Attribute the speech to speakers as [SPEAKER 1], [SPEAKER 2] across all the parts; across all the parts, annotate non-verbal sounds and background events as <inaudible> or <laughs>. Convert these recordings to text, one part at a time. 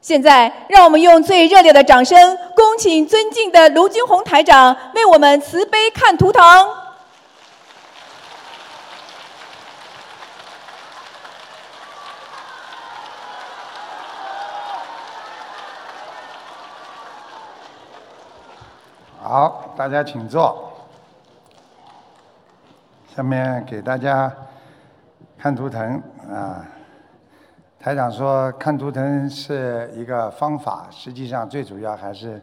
[SPEAKER 1] 现在，让我们用最热烈的掌声，恭请尊敬的卢军红台长为我们慈悲看图腾。
[SPEAKER 2] 好，大家请坐。下面给大家看图腾啊。台长说，看图腾是一个方法，实际上最主要还是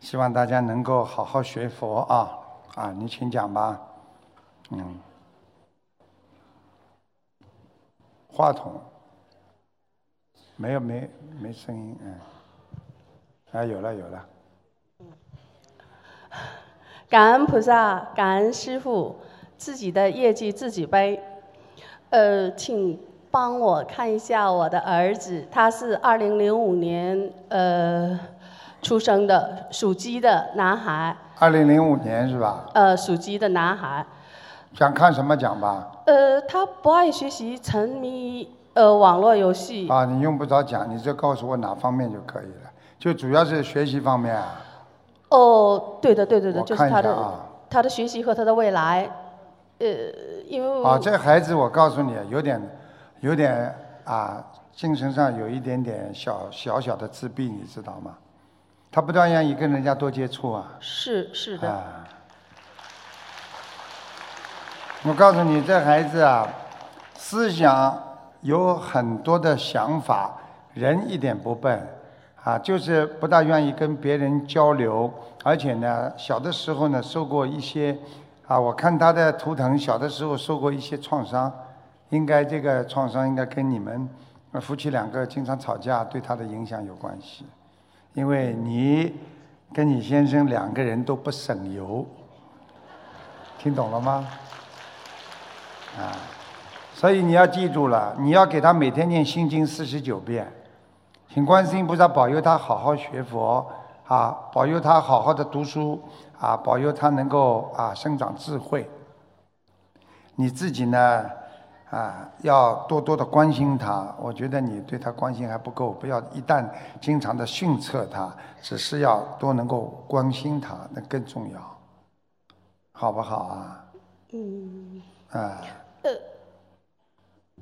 [SPEAKER 2] 希望大家能够好好学佛啊啊！你请讲吧，嗯，话筒没有没没声音，嗯，啊有了有了，
[SPEAKER 3] 感恩菩萨，感恩师傅，自己的业绩自己背。呃，请帮我看一下我的儿子，他是二零零五年呃出生的，属鸡的男孩，
[SPEAKER 2] 二零零五年是吧？
[SPEAKER 3] 呃，属鸡的男孩。
[SPEAKER 2] 想看什么讲吧？
[SPEAKER 3] 呃，他不爱学习，沉迷呃网络游戏。
[SPEAKER 2] 啊，你用不着讲，你就告诉我哪方面就可以了，就主要是学习方面啊。
[SPEAKER 3] 哦，对的，对的，对的，
[SPEAKER 2] 我
[SPEAKER 3] 就是
[SPEAKER 2] 看一
[SPEAKER 3] 他
[SPEAKER 2] 下
[SPEAKER 3] 的、
[SPEAKER 2] 啊
[SPEAKER 3] 他的学习和他的未来。呃，因为
[SPEAKER 2] 啊，这孩子我告诉你，有点，有点啊，精神上有一点点小小小的自闭，你知道吗？他不断愿意跟人家多接触啊。
[SPEAKER 3] 是是的，
[SPEAKER 2] 啊。我告诉你，这孩子啊，思想有很多的想法，人一点不笨，啊，就是不大愿意跟别人交流，而且呢，小的时候呢，受过一些，啊，我看他的图腾，小的时候受过一些创伤，应该这个创伤应该跟你们呃夫妻两个经常吵架对他的影响有关系。因为你跟你先生两个人都不省油，听懂了吗？啊，所以你要记住了，你要给他每天念心经四十九遍，请观世音菩萨保佑他好好学佛啊，保佑他好好的读书啊，保佑他能够啊生长智慧。你自己呢，啊，要多多的关心他。我觉得你对他关心还不够，不要一旦经常的训斥他，只是要多能够关心他，那更重要，好不好啊？
[SPEAKER 3] 嗯，
[SPEAKER 2] 啊，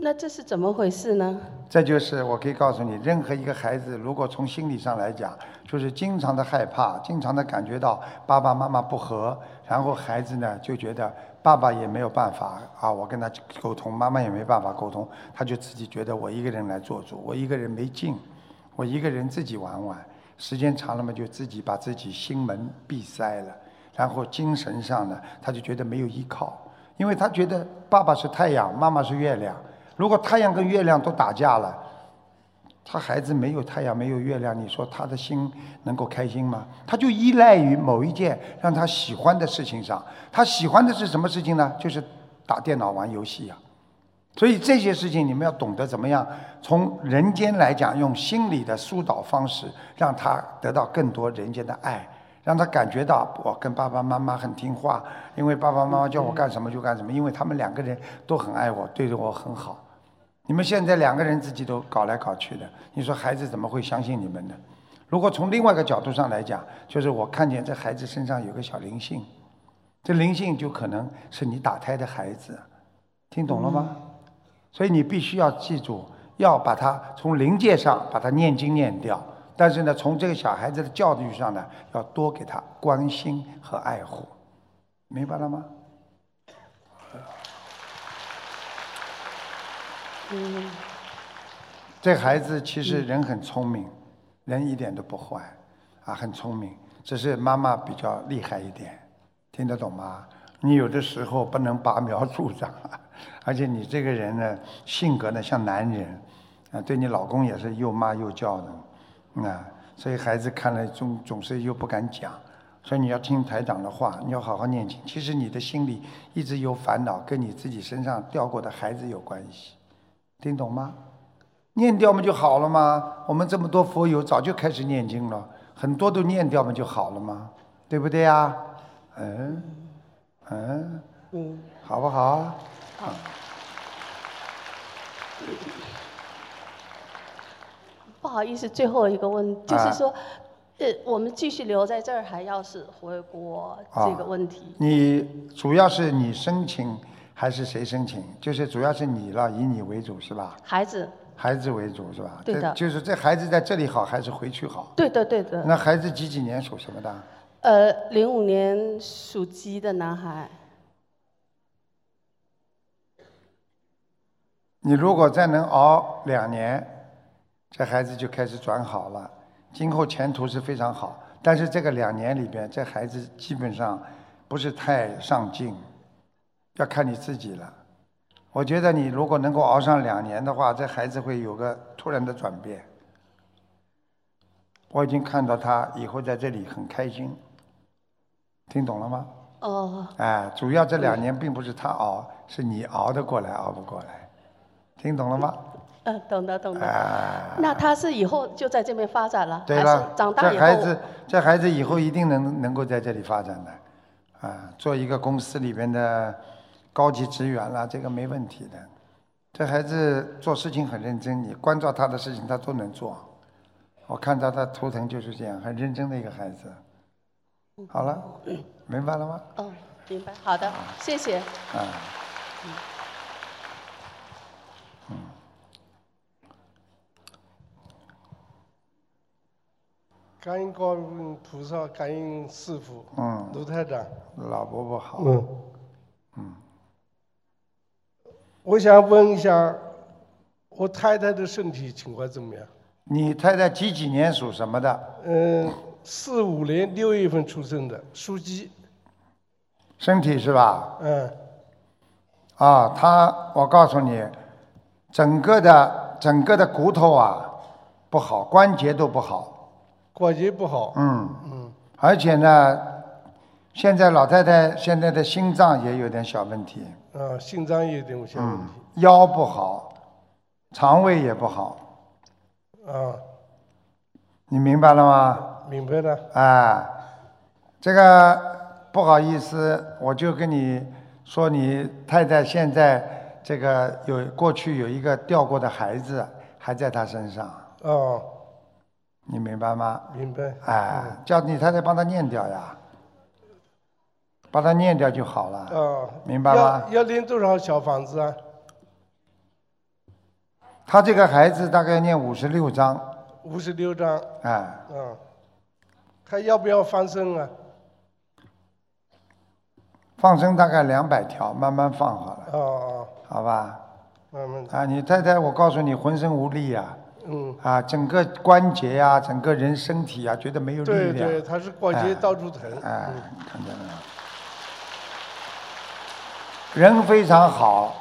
[SPEAKER 3] 那这是怎么回事呢？
[SPEAKER 2] 这就是我可以告诉你，任何一个孩子，如果从心理上来讲，就是经常的害怕，经常的感觉到爸爸妈妈不和，然后孩子呢就觉得爸爸也没有办法啊，我跟他沟通，妈妈也没办法沟通，他就自己觉得我一个人来做主，我一个人没劲，我一个人自己玩玩，时间长了嘛，就自己把自己心门闭塞了，然后精神上呢，他就觉得没有依靠，因为他觉得爸爸是太阳，妈妈是月亮，如果太阳跟月亮都打架了。他孩子没有太阳，没有月亮，你说他的心能够开心吗？他就依赖于某一件让他喜欢的事情上。他喜欢的是什么事情呢？就是打电脑、玩游戏啊呀、所以这些事情你们要懂得怎么样从人间来讲，用心理的疏导方式，让他得到更多人间的爱，让他感觉到我跟爸爸妈妈很听话，因为爸爸妈妈叫我干什么就干什么，因为他们两个人都很爱我，对着我很好。你们现在两个人自己都搞来搞去的，你说孩子怎么会相信你们呢？如果从另外一个角度上来讲，就是我看见这孩子身上有个小灵性，这灵性就可能是你打胎的孩子，听懂了吗？所以你必须要记住，要把它从灵界上把它念经念掉，但是呢，从这个小孩子的教育上呢，要多给他关心和爱护，明白了吗？
[SPEAKER 3] 嗯，
[SPEAKER 2] 这孩子其实人很聪明，人一点都不坏，啊，很聪明，只是妈妈比较厉害一点，听得懂吗？你有的时候不能拔苗助长， <laughs> 而且你这个人呢，性格呢像男人，啊，对你老公也是又骂又叫的，嗯啊，所以孩子看了总总是又不敢讲，所以你要听台长的话，你要好好念经。其实你的心里一直有烦恼，跟你自己身上掉过的孩子有关系，听懂吗？念掉嘛就好了吗？我们这么多佛友早就开始念经了，很多都念掉嘛就好了吗？对不对呀？嗯，嗯，
[SPEAKER 3] 嗯，
[SPEAKER 2] 好不好啊？
[SPEAKER 3] 不好意思，最后一个问，就
[SPEAKER 2] 啊
[SPEAKER 3] 是说，呃，我们继续留在这儿，还要是回国这个问题，
[SPEAKER 2] 你主要是你申请还是谁申请？就是主要是你了，以你为主是吧？
[SPEAKER 3] 孩子，
[SPEAKER 2] 孩子为主是吧？
[SPEAKER 3] 对的
[SPEAKER 2] 这就是这孩子在这里好还是回去好？
[SPEAKER 3] 对的对的，
[SPEAKER 2] 那孩子几几年属什么的？
[SPEAKER 3] 呃，零五年属鸡的男孩，
[SPEAKER 2] 你如果再能熬两年，这孩子就开始转好了，今后前途是非常好。但是这个两年里边，这孩子基本上不是太上进，要看你自己了。我觉得你如果能够熬上两年的话，这孩子会有个突然的转变。我已经看到他以后在这里很开心，听懂了吗？
[SPEAKER 3] 哦、
[SPEAKER 2] 哎，主要这两年并不是他熬，是你熬得过来，熬不过来，听懂了吗？
[SPEAKER 3] 呃，懂得懂得。
[SPEAKER 2] 啊，
[SPEAKER 3] 那他是以后就在这边发展了，
[SPEAKER 2] 对
[SPEAKER 3] 还
[SPEAKER 2] 了
[SPEAKER 3] 是，长大
[SPEAKER 2] 这
[SPEAKER 3] 以后
[SPEAKER 2] 孩子，这孩子以后一定能能够在这里发展的，啊，做一个公司里边的高级职员啦，这个没问题的。这孩子做事情很认真，你关照他的事情他都能做。我看到他头疼就是这样，很认真的一个孩子。好了，明白了吗？
[SPEAKER 3] 嗯，明白，好的，谢谢。
[SPEAKER 2] 啊，
[SPEAKER 4] 感恩观世音菩萨，感恩师傅，
[SPEAKER 2] 嗯，
[SPEAKER 4] 卢台长。
[SPEAKER 2] 老伯伯好。
[SPEAKER 4] 嗯，我想问一下，我太太的身体情况怎么样？
[SPEAKER 2] 你太太几几年属什么的？
[SPEAKER 4] 嗯，四五年六月份出生的，属鸡。
[SPEAKER 2] 身体是吧？
[SPEAKER 4] 嗯，
[SPEAKER 2] 啊，她，我告诉你，整个的整个的骨头啊不好，关节都不好，
[SPEAKER 4] 关节不好。
[SPEAKER 2] 嗯，
[SPEAKER 4] 嗯，
[SPEAKER 2] 而且呢，现在老太太现在的心脏也有点小问题，嗯
[SPEAKER 4] 啊，心脏也有点小问题。
[SPEAKER 2] 腰不好，肠胃也不好，
[SPEAKER 4] 啊，
[SPEAKER 2] 你明白了吗？
[SPEAKER 4] 明白了。
[SPEAKER 2] 啊，这个不好意思，我就跟你说，你太太现在这个有过去有一个掉过的孩子还在她身上，
[SPEAKER 4] 啊，
[SPEAKER 2] 你明白吗？
[SPEAKER 4] 明白。
[SPEAKER 2] 哎，叫你太太帮她念掉呀，帮她念掉就好了。
[SPEAKER 4] 啊，
[SPEAKER 2] 明白吗
[SPEAKER 4] 要要练多少小房子啊？
[SPEAKER 2] 她这个孩子大概要念五十六章，
[SPEAKER 4] 五十六张。
[SPEAKER 2] 哎，
[SPEAKER 4] 啊，还要不要翻身啊？
[SPEAKER 2] 放生大概两百条，慢慢放好了，
[SPEAKER 4] 啊啊，
[SPEAKER 2] 好吧？
[SPEAKER 4] 慢慢，
[SPEAKER 2] 啊，你太太，我告诉你，浑身无力呀、
[SPEAKER 4] 嗯，
[SPEAKER 2] 啊，整个关节啊，整个人身体啊，觉得没有力
[SPEAKER 4] 对
[SPEAKER 2] 量。
[SPEAKER 4] 对，他是关节
[SPEAKER 2] 哎
[SPEAKER 4] 到处疼，
[SPEAKER 2] 哎
[SPEAKER 4] 嗯，
[SPEAKER 2] 看见了吗？人非常好，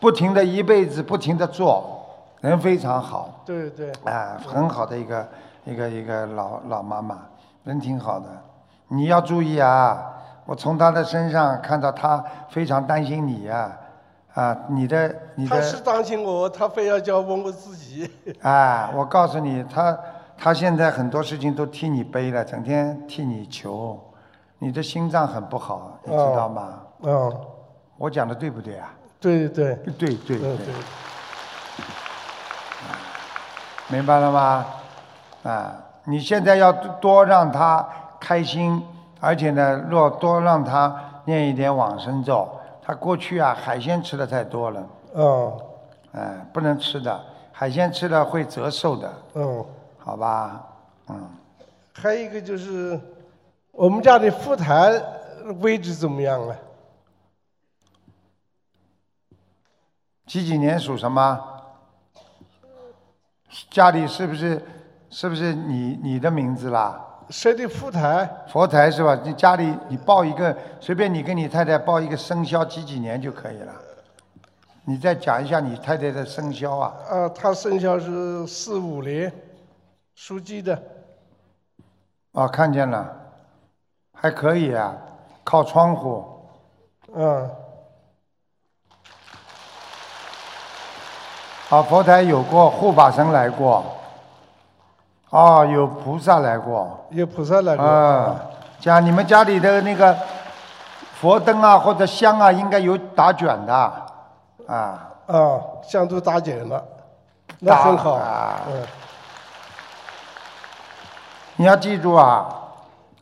[SPEAKER 2] 不停的一辈子不停的做，人非常好，
[SPEAKER 4] 对对，
[SPEAKER 2] 啊，很好的一个一个一个老老妈妈，人挺好的。你要注意啊！我从她的身上看到她非常担心你呀、啊，你的你的
[SPEAKER 4] 他是担心我，他非要叫问我自己，
[SPEAKER 2] <laughs> 哎，我告诉你，他他现在很多事情都替你背了，整天替你求，你的心脏很不好，你知道吗？
[SPEAKER 4] 嗯，
[SPEAKER 2] 我讲的对不对啊？
[SPEAKER 4] 对对
[SPEAKER 2] 对对
[SPEAKER 4] <laughs> 对
[SPEAKER 2] 对，
[SPEAKER 4] 对，
[SPEAKER 2] 明白了吗？啊，你现在要多多让他开心，而且呢，若多让他念一点往生咒。他过去啊，海鲜吃的太多了，
[SPEAKER 4] 嗯
[SPEAKER 2] 哎，不能吃的，海鲜吃了会折寿的，
[SPEAKER 4] 嗯，
[SPEAKER 2] 好吧？嗯。
[SPEAKER 4] 还有一个就是我们家的佛台位置怎么样啊？
[SPEAKER 2] 几几年属什么？家里是不是是不是你你的名字啦？
[SPEAKER 4] 谁的佛台？
[SPEAKER 2] 佛台是吧？你家里你报一个，随便你跟你太太报一个生肖几几年就可以了。你再讲一下你太太的生肖啊，
[SPEAKER 4] 啊，他生肖是四五年，属鸡的，
[SPEAKER 2] 哦，看见了，还可以啊，靠窗户，
[SPEAKER 4] 嗯
[SPEAKER 2] 啊，佛台有过护法神来过，哦，有菩萨来过，
[SPEAKER 4] 有菩萨来着，
[SPEAKER 2] 啊，家你们家里的那个佛灯啊或者香啊，应该有打卷的啊，
[SPEAKER 4] 啊，香都打减了，那
[SPEAKER 2] 打
[SPEAKER 4] 很好，
[SPEAKER 2] 啊
[SPEAKER 4] 嗯。
[SPEAKER 2] 你要记住啊，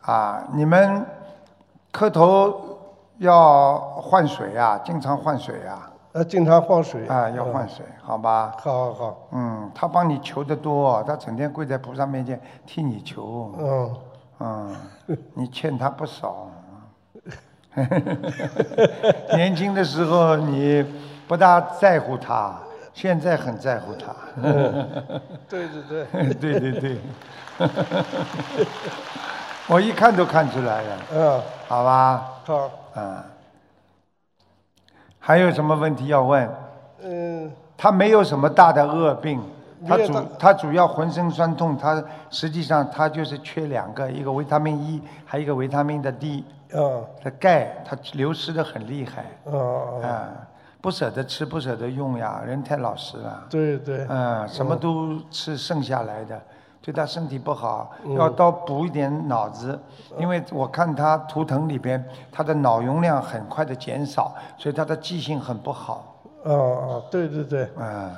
[SPEAKER 2] 啊，你们磕头要换水啊，经常换水啊，
[SPEAKER 4] 呃，经常换水嗯
[SPEAKER 2] 啊，要换水，好吧？
[SPEAKER 4] 好好好，
[SPEAKER 2] 嗯，他帮你求的多，他整天跪在菩萨面前替你求， <laughs>
[SPEAKER 4] 嗯，
[SPEAKER 2] 嗯，你欠他不少。年轻的时候你不大在乎他，现在很在乎他。
[SPEAKER 4] <laughs> 对对对，
[SPEAKER 2] 对对对， <laughs> 我一看都看出来了，
[SPEAKER 4] 嗯，
[SPEAKER 2] 好吧？
[SPEAKER 4] 好，
[SPEAKER 2] 啊，还有什么问题要问？
[SPEAKER 4] 嗯，
[SPEAKER 2] 他没有什么大的恶病，他
[SPEAKER 4] 没有
[SPEAKER 2] 主
[SPEAKER 4] 大
[SPEAKER 2] 他主要浑身酸痛，他实际上他就是缺两个，一个维他命 E，还有一个维他命的 D，
[SPEAKER 4] 嗯，
[SPEAKER 2] 他钙他流失的很厉害，
[SPEAKER 4] 嗯，嗯
[SPEAKER 2] 啊，不舍得吃，不舍得用呀，人太老实了。
[SPEAKER 4] 对对，
[SPEAKER 2] 嗯，什么都吃剩下来的，对他身体不好，
[SPEAKER 4] 嗯
[SPEAKER 2] 要多补一点脑子，因为我看他图腾里边，他的脑容量很快的减少，所以他的记性很不好。
[SPEAKER 4] 嗯嗯，对对对，
[SPEAKER 2] 嗯，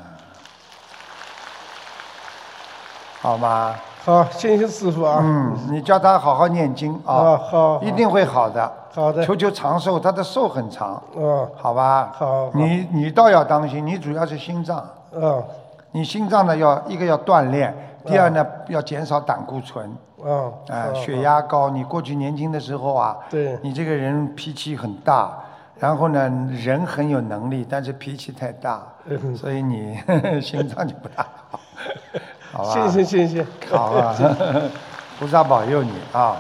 [SPEAKER 2] 好吗？
[SPEAKER 4] 好，谢谢师傅啊，
[SPEAKER 2] 嗯，你叫他好好念经
[SPEAKER 4] 啊，
[SPEAKER 2] 啊，
[SPEAKER 4] 好，
[SPEAKER 2] 一定会好的。
[SPEAKER 4] 好的
[SPEAKER 2] 求求长寿，他的寿很长，
[SPEAKER 4] 嗯
[SPEAKER 2] 好吧？
[SPEAKER 4] 好好
[SPEAKER 2] 你你倒要当心，你主要是心脏。
[SPEAKER 4] 嗯
[SPEAKER 2] 你心脏呢要一个要锻炼，第二呢、要减少胆固醇，
[SPEAKER 4] 嗯，
[SPEAKER 2] 啊、
[SPEAKER 4] 啊好
[SPEAKER 2] 血压高。你过去年轻的时候啊，
[SPEAKER 4] 对
[SPEAKER 2] 你这个人脾气很大，然后呢人很有能力，但是脾气太大，
[SPEAKER 4] 嗯
[SPEAKER 2] 所以你 <laughs> 心脏就不大好，好吧？
[SPEAKER 4] 谢谢谢谢，
[SPEAKER 2] 好啊，
[SPEAKER 4] <laughs>
[SPEAKER 2] <laughs> 菩萨保佑你啊！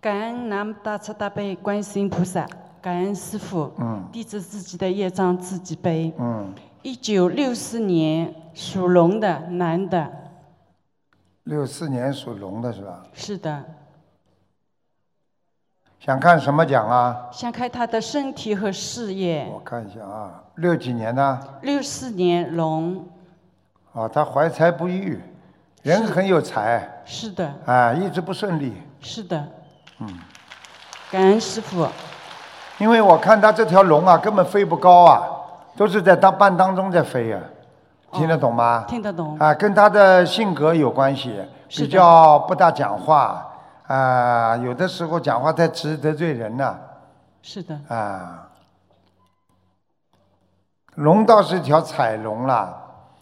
[SPEAKER 5] 感恩南无大慈大悲观世音菩萨，感恩师傅。嗯。弟子自己的业障自己背。嗯。一九六四年属龙的男的，
[SPEAKER 2] 六四年属龙的是吧？
[SPEAKER 5] 是的，
[SPEAKER 2] 想看什么奖啊？
[SPEAKER 5] 想看他的身体和事业。
[SPEAKER 2] 我看一下啊，六几年呢？
[SPEAKER 5] 六四年龙，
[SPEAKER 2] 啊，他怀才不遇，人很有才。
[SPEAKER 5] 是的，
[SPEAKER 2] 啊，一直不顺利。
[SPEAKER 5] 是的。嗯。感恩师傅，
[SPEAKER 2] 因为我看他这条龙啊，根本飞不高啊，都是在当半当中在飞啊，听得懂吗？
[SPEAKER 5] 听得懂。
[SPEAKER 2] 啊，跟他的性格有关系，
[SPEAKER 5] 是
[SPEAKER 2] 比
[SPEAKER 5] 的
[SPEAKER 2] 较不大讲话啊，有的时候讲话太直得罪人了
[SPEAKER 5] 是的，
[SPEAKER 2] 啊龙倒是条彩龙啦，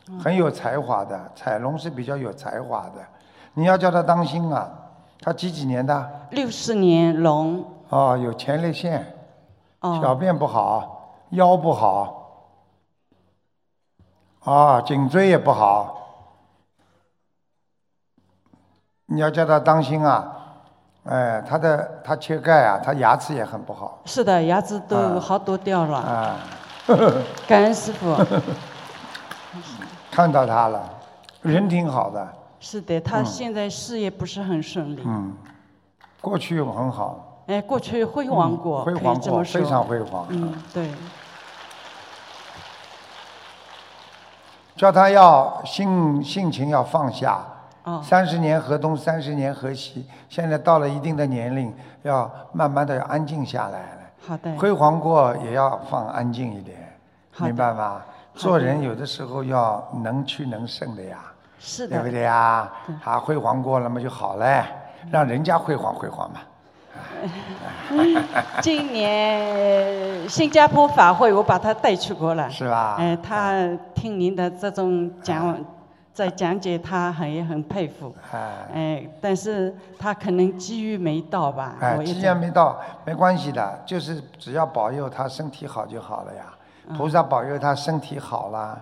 [SPEAKER 5] 嗯
[SPEAKER 2] 很有才华的，彩龙是比较有才华的，你要叫他当心啊。他几几年的？
[SPEAKER 5] 六四年龙。
[SPEAKER 2] 哦，有前列腺。小
[SPEAKER 5] 哦，
[SPEAKER 2] 便不好，腰不好，啊，颈椎也不好，你要叫他当心啊！哎，他的他缺钙啊，他牙齿也很不好
[SPEAKER 5] 是的，牙齿都好多掉了。
[SPEAKER 2] 啊。
[SPEAKER 5] <laughs> 感恩师傅。
[SPEAKER 2] 看到他了，人挺好的，
[SPEAKER 5] 是的，他现在事业不是很顺
[SPEAKER 2] 嗯
[SPEAKER 5] 利。
[SPEAKER 2] 过去很好，
[SPEAKER 5] 哎，过去辉煌过，
[SPEAKER 2] 嗯辉
[SPEAKER 5] 可
[SPEAKER 2] 煌
[SPEAKER 5] 以这么
[SPEAKER 2] 过，
[SPEAKER 5] 说。
[SPEAKER 2] 非常辉煌。
[SPEAKER 5] 嗯，对，
[SPEAKER 2] 叫他要性性情要放下。
[SPEAKER 5] 哦，
[SPEAKER 2] 三十年河东，三十年河西。现在到了一定的年龄，要慢慢的要安静下来了。
[SPEAKER 5] 好的，
[SPEAKER 2] 辉煌过也要放安静一点，
[SPEAKER 5] 好的
[SPEAKER 2] 明白吗？做人有的时候要能屈能伸的呀，
[SPEAKER 5] 是
[SPEAKER 2] 对不
[SPEAKER 5] 的，
[SPEAKER 2] 对呀？啊，辉煌过了嘛就好嘞，
[SPEAKER 5] 嗯
[SPEAKER 2] 让人家辉煌辉
[SPEAKER 5] <laughs>
[SPEAKER 2] 煌嘛。哎
[SPEAKER 5] 今年呃新加坡法会我把他带去过了，
[SPEAKER 2] 是吧
[SPEAKER 5] 哎，他听您的这种讲，在讲解，他很也很佩服。
[SPEAKER 2] 哎
[SPEAKER 5] 哎，但是他可能机遇没到吧？
[SPEAKER 2] 哎，
[SPEAKER 5] 我也
[SPEAKER 2] 既然没到，没关系的，就是只要保佑他身体好就好了呀。
[SPEAKER 5] 嗯
[SPEAKER 2] 菩萨保佑他身体好啦，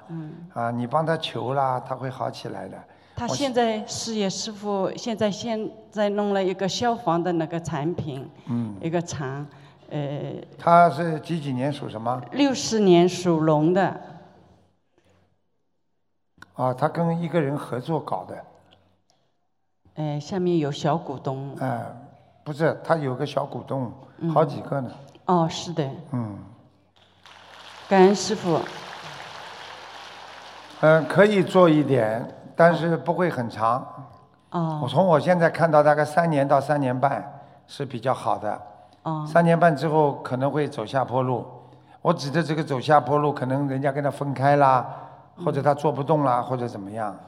[SPEAKER 2] 啊，你帮他求啦，他会好起来的。
[SPEAKER 5] 他现在事业师傅现在现在弄了一个消防的那个产品，嗯，一个厂，呃，
[SPEAKER 2] 他是几几年属什么？
[SPEAKER 5] 六十年属龙的，
[SPEAKER 2] 啊，他跟一个人合作搞的，
[SPEAKER 5] 呃，下面有小股东。嗯
[SPEAKER 2] 哎、不是，他有个小股东，好几个呢。
[SPEAKER 5] 哦，是的，
[SPEAKER 2] 嗯，
[SPEAKER 5] 感恩师傅。
[SPEAKER 2] 嗯、可以做一点，但是不会很长。我
[SPEAKER 5] 哦
[SPEAKER 2] 从我现在看到大概三年到三年半是比较好的，
[SPEAKER 5] 哦
[SPEAKER 2] 三年半之后可能会走下坡路。我指的这个走下坡路，可能人家跟他分开啦，或者他做不动啦，或者怎么样。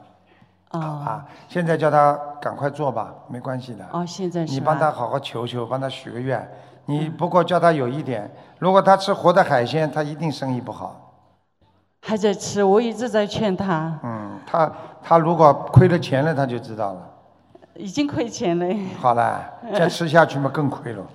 [SPEAKER 2] 啊，现在叫他赶快做吧，没关系的。
[SPEAKER 5] 哦，现在是
[SPEAKER 2] 你帮他
[SPEAKER 5] 吧
[SPEAKER 2] 好好求求，帮他许个愿。你不过叫他有一点，如果他吃活的海鲜，他一定生意不好。
[SPEAKER 5] 还在吃，我一直在劝他，
[SPEAKER 2] 嗯，他他如果亏了钱了，他就知道了。
[SPEAKER 5] 已经亏钱了。 <laughs>
[SPEAKER 2] 好啦，再吃下去嘛更亏了。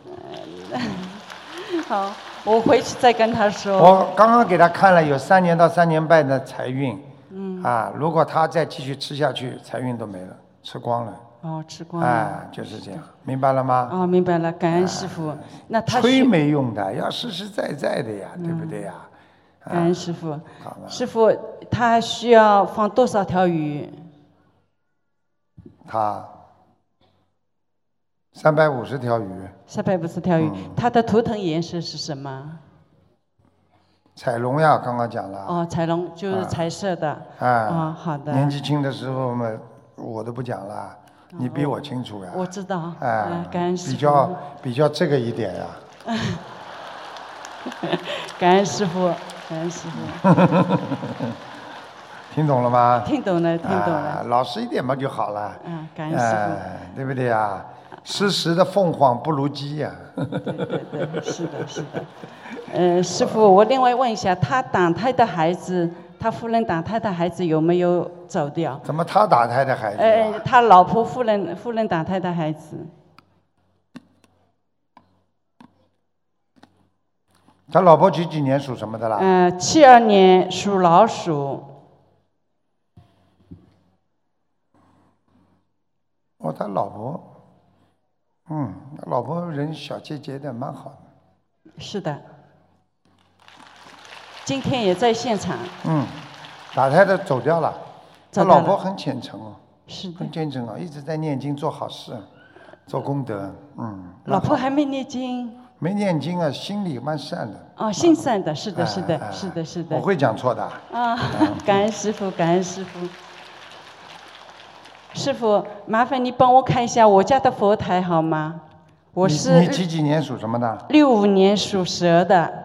[SPEAKER 5] 好，我回去再跟他说。
[SPEAKER 2] 我刚刚给他看了有三年到三年半的财运，嗯，啊，如果他再继续吃下去，财运都没了，吃光了，
[SPEAKER 5] 哦，吃光了。
[SPEAKER 2] 哎，就是这样，明白了吗？啊
[SPEAKER 5] 哦，明白了，感恩师傅。那他
[SPEAKER 2] 吹
[SPEAKER 5] 需
[SPEAKER 2] 没用的，要实实在在的呀，对不对呀？
[SPEAKER 5] 嗯感恩师傅
[SPEAKER 2] 好。了
[SPEAKER 5] 师傅，他需要放多少条鱼？
[SPEAKER 2] 他三百五十条鱼，
[SPEAKER 5] 三百五十条鱼。
[SPEAKER 2] 嗯
[SPEAKER 5] 它的图腾颜色是什么？
[SPEAKER 2] 彩龙呀，刚刚讲了，
[SPEAKER 5] 哦，彩龙就是彩色的。
[SPEAKER 2] 啊
[SPEAKER 5] 啊，好
[SPEAKER 2] 年
[SPEAKER 5] 的，
[SPEAKER 2] 纪轻的时候嘛，我都不讲了，你比我清楚呀，
[SPEAKER 5] 哦我知道。
[SPEAKER 2] 哎
[SPEAKER 5] 嗯，感恩师傅。
[SPEAKER 2] 比较比较这个一点呀，
[SPEAKER 5] 感恩师傅，感恩师傅，
[SPEAKER 2] <laughs> 听懂了吗？
[SPEAKER 5] 听懂了，听懂
[SPEAKER 2] 啊
[SPEAKER 5] 了，
[SPEAKER 2] 老实一点嘛就好了。
[SPEAKER 5] 嗯感恩师傅
[SPEAKER 2] 哎对不对呀？失时的凤凰不如鸡呀、 <laughs>
[SPEAKER 5] 对对对，是的，是的。呃，师傅，我另外问一下，他打胎的孩子，他夫人打胎的孩子有没有走掉？
[SPEAKER 2] 怎么他打胎的孩子、
[SPEAKER 5] 呃，
[SPEAKER 2] 啊？
[SPEAKER 5] 他老婆夫人夫人打胎的孩子，
[SPEAKER 2] 他老婆几几年属什么的啦？
[SPEAKER 5] 呃，七二年属老鼠，
[SPEAKER 2] 哦，他老婆，嗯，他老婆人小结结的，蛮好的。
[SPEAKER 5] 是的，今天也在现场，
[SPEAKER 2] 嗯，打胎的走掉了。他
[SPEAKER 5] 走掉
[SPEAKER 2] 老
[SPEAKER 5] 了
[SPEAKER 2] 婆很虔诚哦，
[SPEAKER 5] 是的
[SPEAKER 2] 很，虔诚哦，一直在念经做好事，做功德。嗯，
[SPEAKER 5] 老婆还没念经，
[SPEAKER 2] 没念经啊，心里蛮善的。
[SPEAKER 5] 哦，姓善的，是的，是
[SPEAKER 2] 哎
[SPEAKER 5] 的，是的， <laughs> 是的
[SPEAKER 2] 我。会讲错的。
[SPEAKER 5] 啊，感恩师傅，感恩师傅。师傅，麻烦你帮我看一下我家的佛台好吗？我
[SPEAKER 2] 你
[SPEAKER 5] 是
[SPEAKER 2] 你几几年属什么的？
[SPEAKER 5] 六五年属蛇的，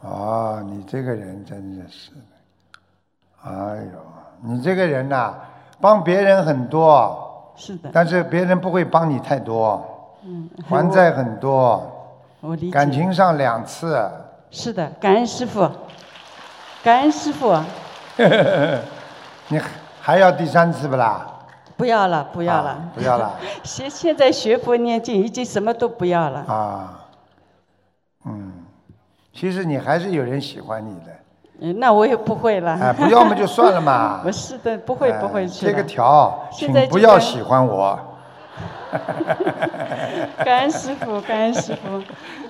[SPEAKER 2] 哦，你这个人真的是的，哎呦，你这个人呐、帮别人很多，
[SPEAKER 5] 是的，
[SPEAKER 2] 但是别人不会帮你太多，还债很多，
[SPEAKER 5] 嗯我理
[SPEAKER 2] 感
[SPEAKER 5] 解。
[SPEAKER 2] 情上两次，
[SPEAKER 5] 是的，感恩师傅，感恩师啊傅，
[SPEAKER 2] <laughs> 你还还要第三次不啦？
[SPEAKER 5] 不要了，不
[SPEAKER 2] 不
[SPEAKER 5] 要
[SPEAKER 2] 啊
[SPEAKER 5] 了、。
[SPEAKER 2] 不要
[SPEAKER 5] <laughs>
[SPEAKER 2] 了
[SPEAKER 5] 现现在学佛念经，已经什么都不要了。
[SPEAKER 2] 啊，嗯，其实你还是有人喜欢
[SPEAKER 5] <laughs>
[SPEAKER 2] 你的，
[SPEAKER 5] 嗯，那我也不会了。
[SPEAKER 2] 哎，不要么就算了嘛
[SPEAKER 5] 我。是的，不会不
[SPEAKER 2] 哎
[SPEAKER 5] 会去
[SPEAKER 2] 这个
[SPEAKER 5] 了。
[SPEAKER 2] 条，请
[SPEAKER 5] 现在啊
[SPEAKER 2] 不
[SPEAKER 5] 就
[SPEAKER 2] 要
[SPEAKER 5] 跟
[SPEAKER 2] 喜欢我。
[SPEAKER 5] <laughs> 感恩师傅，感恩师傅。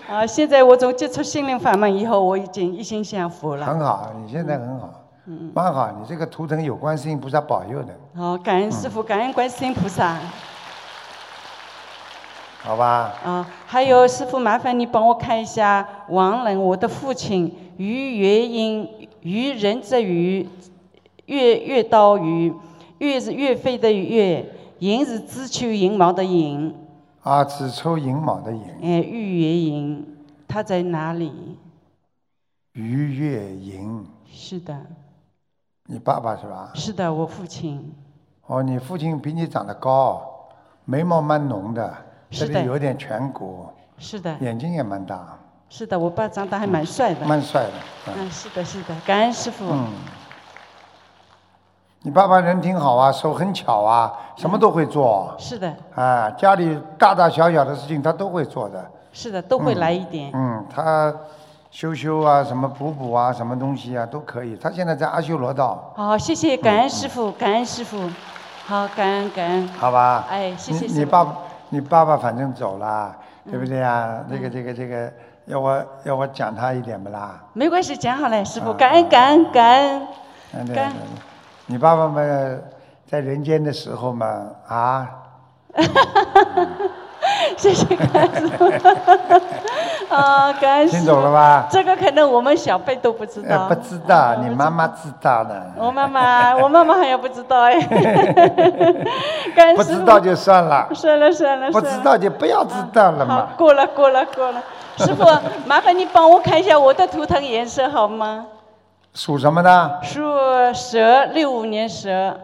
[SPEAKER 5] 啊，现在我从接触心灵法门以后，我已经一心向佛了。
[SPEAKER 2] 很好，你现在很好，
[SPEAKER 5] 嗯
[SPEAKER 2] 蛮好。你这个图腾有观世音菩萨保佑的，
[SPEAKER 5] 好，感恩
[SPEAKER 2] 嗯
[SPEAKER 5] 师傅，感恩观世音菩萨。
[SPEAKER 2] 好吧？
[SPEAKER 5] 啊，还有师傅，麻烦你帮我看一下亡人，我的父亲于元英，于仁泽于，月月刀于，月是岳飞的岳，银是知秋银毛的银，
[SPEAKER 2] 啊，子丑寅卯的寅，
[SPEAKER 5] 哎，玉元银，他在哪里？
[SPEAKER 2] 鱼跃寅，
[SPEAKER 5] 是的，
[SPEAKER 2] 你爸爸是吧？
[SPEAKER 5] 是的，我父亲。
[SPEAKER 2] 哦，你父亲比你长得高，眉毛蛮浓的，这
[SPEAKER 5] 是的
[SPEAKER 2] 里有点颧骨，
[SPEAKER 5] 是的，
[SPEAKER 2] 眼睛也蛮大，
[SPEAKER 5] 是的，我爸长得还蛮帅的。
[SPEAKER 2] 蛮帅的。嗯
[SPEAKER 5] 嗯，是的，是的，感恩师傅。
[SPEAKER 2] 你爸爸人挺好啊，手很巧啊，什么都会做
[SPEAKER 5] 是的，
[SPEAKER 2] 啊，家里大大小小的事情他都会做的。
[SPEAKER 5] 是的，都会来一点。
[SPEAKER 2] 嗯，他修修啊，什么补补啊，什么东西啊都可以。他现在在阿修罗道，
[SPEAKER 5] 好，谢谢，感恩师傅，感恩师傅。好，感恩感恩。
[SPEAKER 2] 好吧？
[SPEAKER 5] 哎谢谢
[SPEAKER 2] 你
[SPEAKER 5] 师
[SPEAKER 2] 你
[SPEAKER 5] 父
[SPEAKER 2] 爸爸，你爸爸反正走了，对不对呀？
[SPEAKER 5] 嗯
[SPEAKER 2] 这个这个这个，要我要我讲他一点不啦？
[SPEAKER 5] 没关系，讲好了，
[SPEAKER 2] 啊
[SPEAKER 5] 师傅，感恩感恩感恩。
[SPEAKER 2] 嗯，对对
[SPEAKER 5] 干
[SPEAKER 2] 对。你爸爸嘛，在人间的时候嘛，啊，
[SPEAKER 5] 谢谢感恩师傅。啊，感恩师父
[SPEAKER 2] 听懂了吧
[SPEAKER 5] 这个可能我们小辈都不知
[SPEAKER 2] 哎，
[SPEAKER 5] 道
[SPEAKER 2] 不。知
[SPEAKER 5] 嗯
[SPEAKER 2] 道，你妈妈知道的。
[SPEAKER 5] 我妈妈，我妈妈好像不知道
[SPEAKER 2] <laughs>
[SPEAKER 5] 哎。感恩
[SPEAKER 2] 不
[SPEAKER 5] 师
[SPEAKER 2] 知
[SPEAKER 5] 父
[SPEAKER 2] 道就算了，
[SPEAKER 5] 算了算了
[SPEAKER 2] 不
[SPEAKER 5] 算
[SPEAKER 2] 知
[SPEAKER 5] 了。
[SPEAKER 2] 道就不要知道了
[SPEAKER 5] 好，
[SPEAKER 2] 嘛。
[SPEAKER 5] 过了过了过了。师傅，麻烦你帮我看一下我的图腾颜色好吗？
[SPEAKER 2] 属什么呢？
[SPEAKER 5] 属蛇，六五年蛇。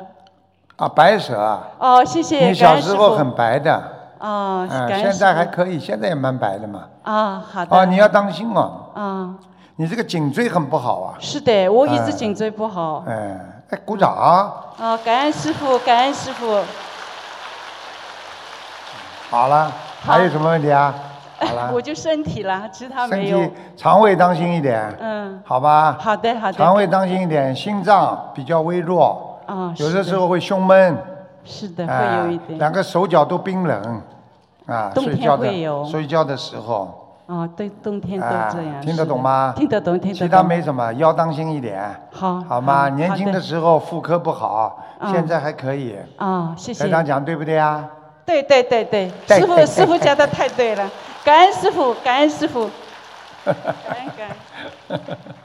[SPEAKER 2] 啊，白蛇啊。
[SPEAKER 5] 哦，谢谢，
[SPEAKER 2] 你
[SPEAKER 5] 感
[SPEAKER 2] 小
[SPEAKER 5] 恩师
[SPEAKER 2] 时
[SPEAKER 5] 傅
[SPEAKER 2] 候。很白的，
[SPEAKER 5] 哦，
[SPEAKER 2] 啊，
[SPEAKER 5] 感
[SPEAKER 2] 现
[SPEAKER 5] 恩师
[SPEAKER 2] 在还
[SPEAKER 5] 傅。
[SPEAKER 2] 可以，现在也蛮白的嘛。
[SPEAKER 5] 啊，好的。
[SPEAKER 2] 哦，你要当心哦，
[SPEAKER 5] 啊，
[SPEAKER 2] 你这个颈椎很不好啊。
[SPEAKER 5] 是的，我一直颈椎不好。
[SPEAKER 2] 哎，哎，鼓掌啊！
[SPEAKER 5] 啊，感恩师傅，感恩师傅。
[SPEAKER 2] 好了，还有什么问题
[SPEAKER 5] <laughs>
[SPEAKER 2] 啊？好了
[SPEAKER 5] 我，就身体了，其他
[SPEAKER 2] 身
[SPEAKER 5] 没有
[SPEAKER 2] 体。肠胃当心一点，
[SPEAKER 5] 嗯，
[SPEAKER 2] 好吧？
[SPEAKER 5] 好的好的。
[SPEAKER 2] 肠胃当心一点，心脏比较微弱，
[SPEAKER 5] 啊，
[SPEAKER 2] 有
[SPEAKER 5] 是
[SPEAKER 2] 的时候会胸闷，
[SPEAKER 5] 是的，
[SPEAKER 2] 哎
[SPEAKER 5] 会有一点。
[SPEAKER 2] 两个手脚都冰冷，啊，
[SPEAKER 5] 冬
[SPEAKER 2] 睡
[SPEAKER 5] 天
[SPEAKER 2] 觉的
[SPEAKER 5] 会有
[SPEAKER 2] 睡觉的时候，
[SPEAKER 5] 啊，对，冬天都
[SPEAKER 2] 啊
[SPEAKER 5] 这样。
[SPEAKER 2] 听得
[SPEAKER 5] 是的
[SPEAKER 2] 懂吗
[SPEAKER 5] 听得懂，听得懂。
[SPEAKER 2] 其他没什么，腰当心一点，
[SPEAKER 5] 好，
[SPEAKER 2] 好吗？年轻
[SPEAKER 5] 好
[SPEAKER 2] 的时候妇科不好，
[SPEAKER 5] 嗯
[SPEAKER 2] 现在还可以。
[SPEAKER 5] 啊，谢谢
[SPEAKER 2] 台。长讲对不对啊？
[SPEAKER 5] 对对对对，
[SPEAKER 2] 对
[SPEAKER 5] 师傅
[SPEAKER 2] 对
[SPEAKER 5] 师傅讲的太对了，感恩师傅，感恩
[SPEAKER 2] <laughs>
[SPEAKER 5] 师傅。感恩感恩。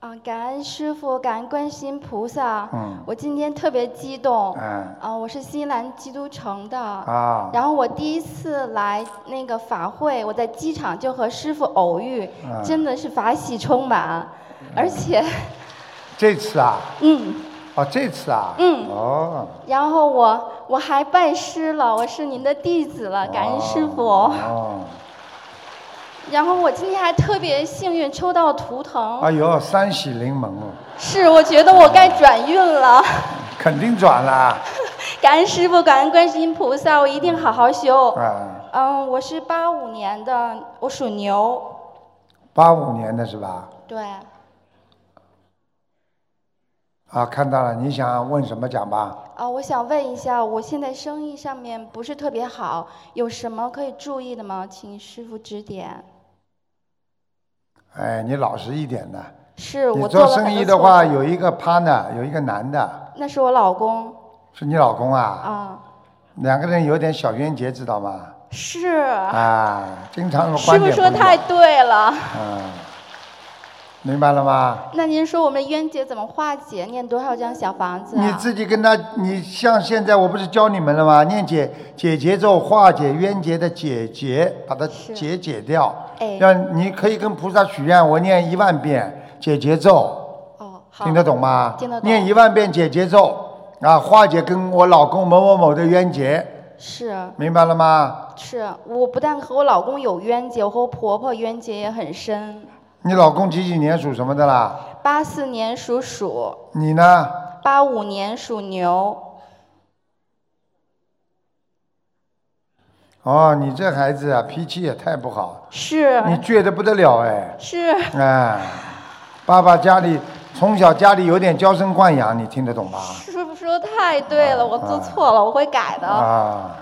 [SPEAKER 6] 啊，感恩师傅，感恩观世音菩萨。
[SPEAKER 2] 嗯
[SPEAKER 6] 我今天特别激动。
[SPEAKER 2] 嗯
[SPEAKER 6] 啊，我是新西兰基督城的。
[SPEAKER 2] 啊
[SPEAKER 6] 然后我第一次来那个法会，我在机场就和师傅偶遇，
[SPEAKER 2] 啊
[SPEAKER 6] 真的是法喜充满，
[SPEAKER 2] 嗯
[SPEAKER 6] 而且，
[SPEAKER 2] 这次啊，
[SPEAKER 6] 嗯，
[SPEAKER 2] 哦，这次啊，
[SPEAKER 6] 嗯
[SPEAKER 2] 哦，
[SPEAKER 6] 然后我我还拜师了，我是您的弟子了，感恩师傅。
[SPEAKER 2] 哦，
[SPEAKER 6] 然后我今天还特别幸运抽到图腾，
[SPEAKER 2] 哎呦，三喜临门哦，
[SPEAKER 6] 是我觉得我该转运了。 <laughs>
[SPEAKER 2] 肯定转了
[SPEAKER 6] 感恩师傅，感恩观世音菩萨，我一定好好修。
[SPEAKER 2] 啊，
[SPEAKER 6] 嗯，我是八五年的，我属牛。
[SPEAKER 2] 八五年的是吧？
[SPEAKER 6] 对，
[SPEAKER 2] 啊，看到了，你想问什么讲吧？
[SPEAKER 6] 啊，我想问一下，我现在生意上面不是特别好，有什么可以注意的吗？请师傅指点。
[SPEAKER 2] 哎，你老实一点的。
[SPEAKER 6] 是
[SPEAKER 2] 你
[SPEAKER 6] 我
[SPEAKER 2] 做
[SPEAKER 6] 了很
[SPEAKER 2] 生
[SPEAKER 6] 多
[SPEAKER 2] 意
[SPEAKER 6] 错
[SPEAKER 2] 的话，
[SPEAKER 6] 事
[SPEAKER 2] 有一个 partner，有一个男的，
[SPEAKER 6] 那是我老公
[SPEAKER 2] 是你老公啊？
[SPEAKER 6] 啊，
[SPEAKER 2] 两个人有点小冤结，知道吗？
[SPEAKER 6] 是
[SPEAKER 2] 啊，经常有
[SPEAKER 6] 师
[SPEAKER 2] 观
[SPEAKER 6] 傅
[SPEAKER 2] 点
[SPEAKER 6] 说
[SPEAKER 2] 不一
[SPEAKER 6] 太
[SPEAKER 2] 样。
[SPEAKER 6] 对了。
[SPEAKER 2] 嗯，明白了吗？
[SPEAKER 6] 那您说我们冤结怎么化解？念多少张小房子、啊？
[SPEAKER 2] 你自己跟他，你像现在我不是教你们了吗？念解解结咒，化解冤结的解结，把它
[SPEAKER 6] 是
[SPEAKER 2] 解解掉。
[SPEAKER 6] 哎
[SPEAKER 2] 让你可以跟菩萨许愿，我念一万遍解结咒，
[SPEAKER 6] 哦，好，
[SPEAKER 2] 听得懂吗？
[SPEAKER 6] 听得懂
[SPEAKER 2] 念一万遍解结咒啊，化解跟我老公某某某的冤结，
[SPEAKER 6] 是。
[SPEAKER 2] 明白了吗？
[SPEAKER 6] 是我不但和我老公有冤结，我和我婆婆冤结也很深。
[SPEAKER 2] 你老公几几年属什么的啦？
[SPEAKER 6] 八四年属鼠，
[SPEAKER 2] 你呢？
[SPEAKER 6] 八五年属牛。
[SPEAKER 2] 哦，你这孩子啊，脾气也太不好，
[SPEAKER 6] 是
[SPEAKER 2] 你倔得不得了哎。
[SPEAKER 6] 是， <laughs>
[SPEAKER 2] 哎，爸爸家里从小家里有点娇生惯养，你听得懂吧？
[SPEAKER 6] 师傅说太对了，我做错了，我会改的。
[SPEAKER 2] 啊，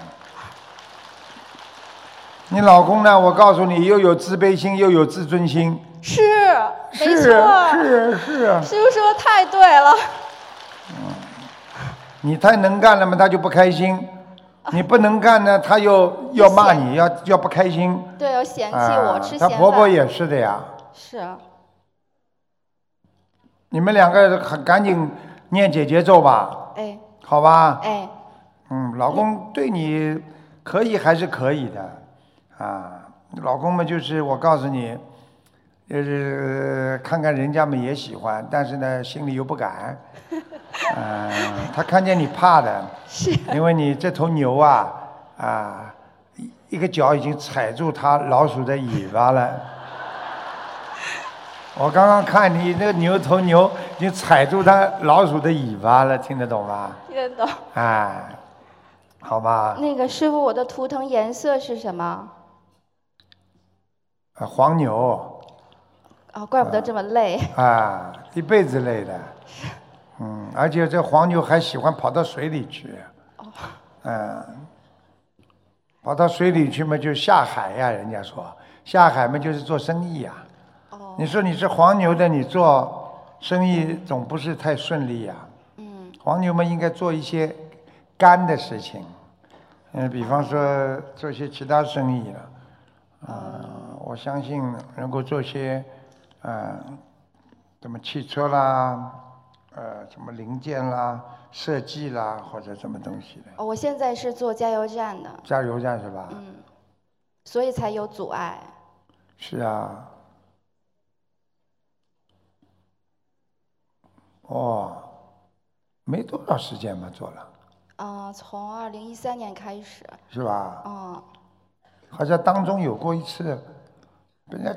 [SPEAKER 2] 你老公呢？我告诉你，又有自卑心，又有自尊心，
[SPEAKER 6] 是，没
[SPEAKER 2] 是
[SPEAKER 6] 错，
[SPEAKER 2] 是啊是，
[SPEAKER 6] 师傅说太对了。
[SPEAKER 2] 你太能干了嘛，他就不开心；
[SPEAKER 6] 啊
[SPEAKER 2] 你不能干呢，他又要骂你，要要不开心。
[SPEAKER 6] 对，我嫌弃
[SPEAKER 2] 啊
[SPEAKER 6] 我吃，
[SPEAKER 2] 她
[SPEAKER 6] 闲饭。
[SPEAKER 2] 婆婆也是的呀。
[SPEAKER 6] 是
[SPEAKER 2] 你们两个很赶紧念姐姐咒吧，
[SPEAKER 6] 哎
[SPEAKER 2] 好吧？
[SPEAKER 6] 哎，
[SPEAKER 2] 嗯，老公对你可以还是可以的，啊，老公们就是我告诉你，就是看看人家们也喜欢，但是呢心里又不
[SPEAKER 6] <laughs>
[SPEAKER 2] 敢，啊，他看见你怕的，
[SPEAKER 6] 是
[SPEAKER 2] 因为你这头牛啊啊，一一个脚已经踩住它老鼠的尾巴了。我刚刚看你那个牛头牛已经踩住它老鼠的尾巴了，听得懂吗？
[SPEAKER 6] 听得懂。
[SPEAKER 2] 哎，好吧，
[SPEAKER 6] 那个师傅，我的图腾颜色是什么？
[SPEAKER 2] 呃黄牛
[SPEAKER 6] 啊，怪不得这么累。
[SPEAKER 2] 啊，一辈子累的，嗯，而且这黄牛还喜欢跑到水里去，嗯，跑到水里去嘛，就下海呀、人家说下海嘛就是做生意呀、
[SPEAKER 6] 哦
[SPEAKER 2] 你说你是黄牛的，你做生意总不是太顺利呀、
[SPEAKER 6] 嗯，
[SPEAKER 2] 黄牛们应该做一些干的事情，嗯，比方说做些其他生意了，啊、我相信能够做些，呃，什么汽车啦，呃，什么零件啦、设计啦，或者什么东西的，
[SPEAKER 6] 哦我现在是做加油站的，嗯
[SPEAKER 2] 加油站是吧？
[SPEAKER 6] 所以才有阻碍。
[SPEAKER 2] 是啊。哦，没多少时间嘛，做了
[SPEAKER 6] 嗯、从二零一三年开始，
[SPEAKER 2] 是吧？
[SPEAKER 6] 嗯、
[SPEAKER 2] 好像当中有过一次，被人家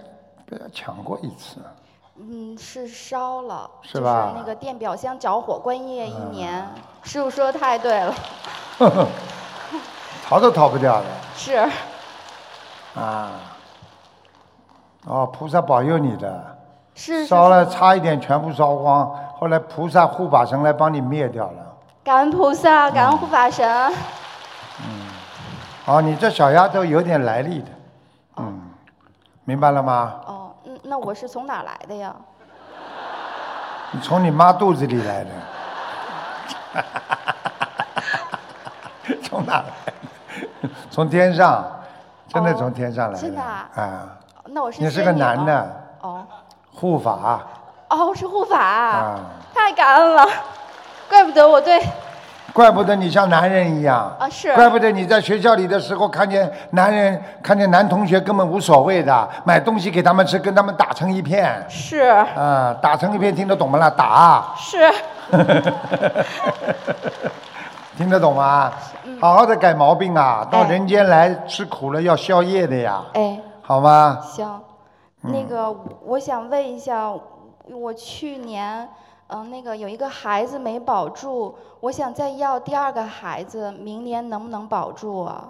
[SPEAKER 2] 被人家抢过一次，
[SPEAKER 6] 嗯，是烧了，
[SPEAKER 2] 是
[SPEAKER 6] 就是
[SPEAKER 2] 吧嗯
[SPEAKER 6] 那个电表箱着火，关业一年。师傅说的太对了，
[SPEAKER 2] 逃都逃不掉的
[SPEAKER 6] 是
[SPEAKER 2] 啊！哦，菩萨保佑你的，
[SPEAKER 6] 是
[SPEAKER 2] 烧了差一点全部烧光，后来菩萨护法神来帮你灭掉了。
[SPEAKER 6] 感恩菩
[SPEAKER 2] 啊
[SPEAKER 6] 萨，感恩护法神。
[SPEAKER 2] 哦，你这小丫头有点来历的，嗯，明白了吗？
[SPEAKER 6] 哦，嗯，那我是从哪儿来的呀？
[SPEAKER 2] 你从你妈肚子里来的， <laughs> 从哪来的？从天上，真的
[SPEAKER 6] 哦
[SPEAKER 2] 从天上来的。
[SPEAKER 6] 真的啊
[SPEAKER 2] 啊，
[SPEAKER 6] 那我是
[SPEAKER 2] 你是
[SPEAKER 6] 仙
[SPEAKER 2] 个
[SPEAKER 6] 女
[SPEAKER 2] 男
[SPEAKER 6] 吗。
[SPEAKER 2] 的，
[SPEAKER 6] 哦
[SPEAKER 2] 护法
[SPEAKER 6] 哦，是护法啊、
[SPEAKER 2] 啊，
[SPEAKER 6] 太感恩了，怪不得我对
[SPEAKER 2] 怪不得你像男人一样。
[SPEAKER 6] 啊是
[SPEAKER 2] 怪不得你在学校里的时候看见男人，看见男同学根本无所谓的，买东西给他们吃，跟他们打成一片。
[SPEAKER 6] 是
[SPEAKER 2] 啊，打成一片，听得懂吗？啦，打，
[SPEAKER 6] 是
[SPEAKER 2] 听得懂吗？
[SPEAKER 6] 嗯
[SPEAKER 2] 好好的改毛病啊，到
[SPEAKER 6] 哎
[SPEAKER 2] 人间来吃苦了要宵夜的呀。
[SPEAKER 6] 哎，
[SPEAKER 2] 好吗？
[SPEAKER 6] 行，
[SPEAKER 2] 嗯
[SPEAKER 6] 那个我想问一下，我去年嗯、呃那个有一个孩子没保住，我想再要第二个孩子，明年能不能保住啊？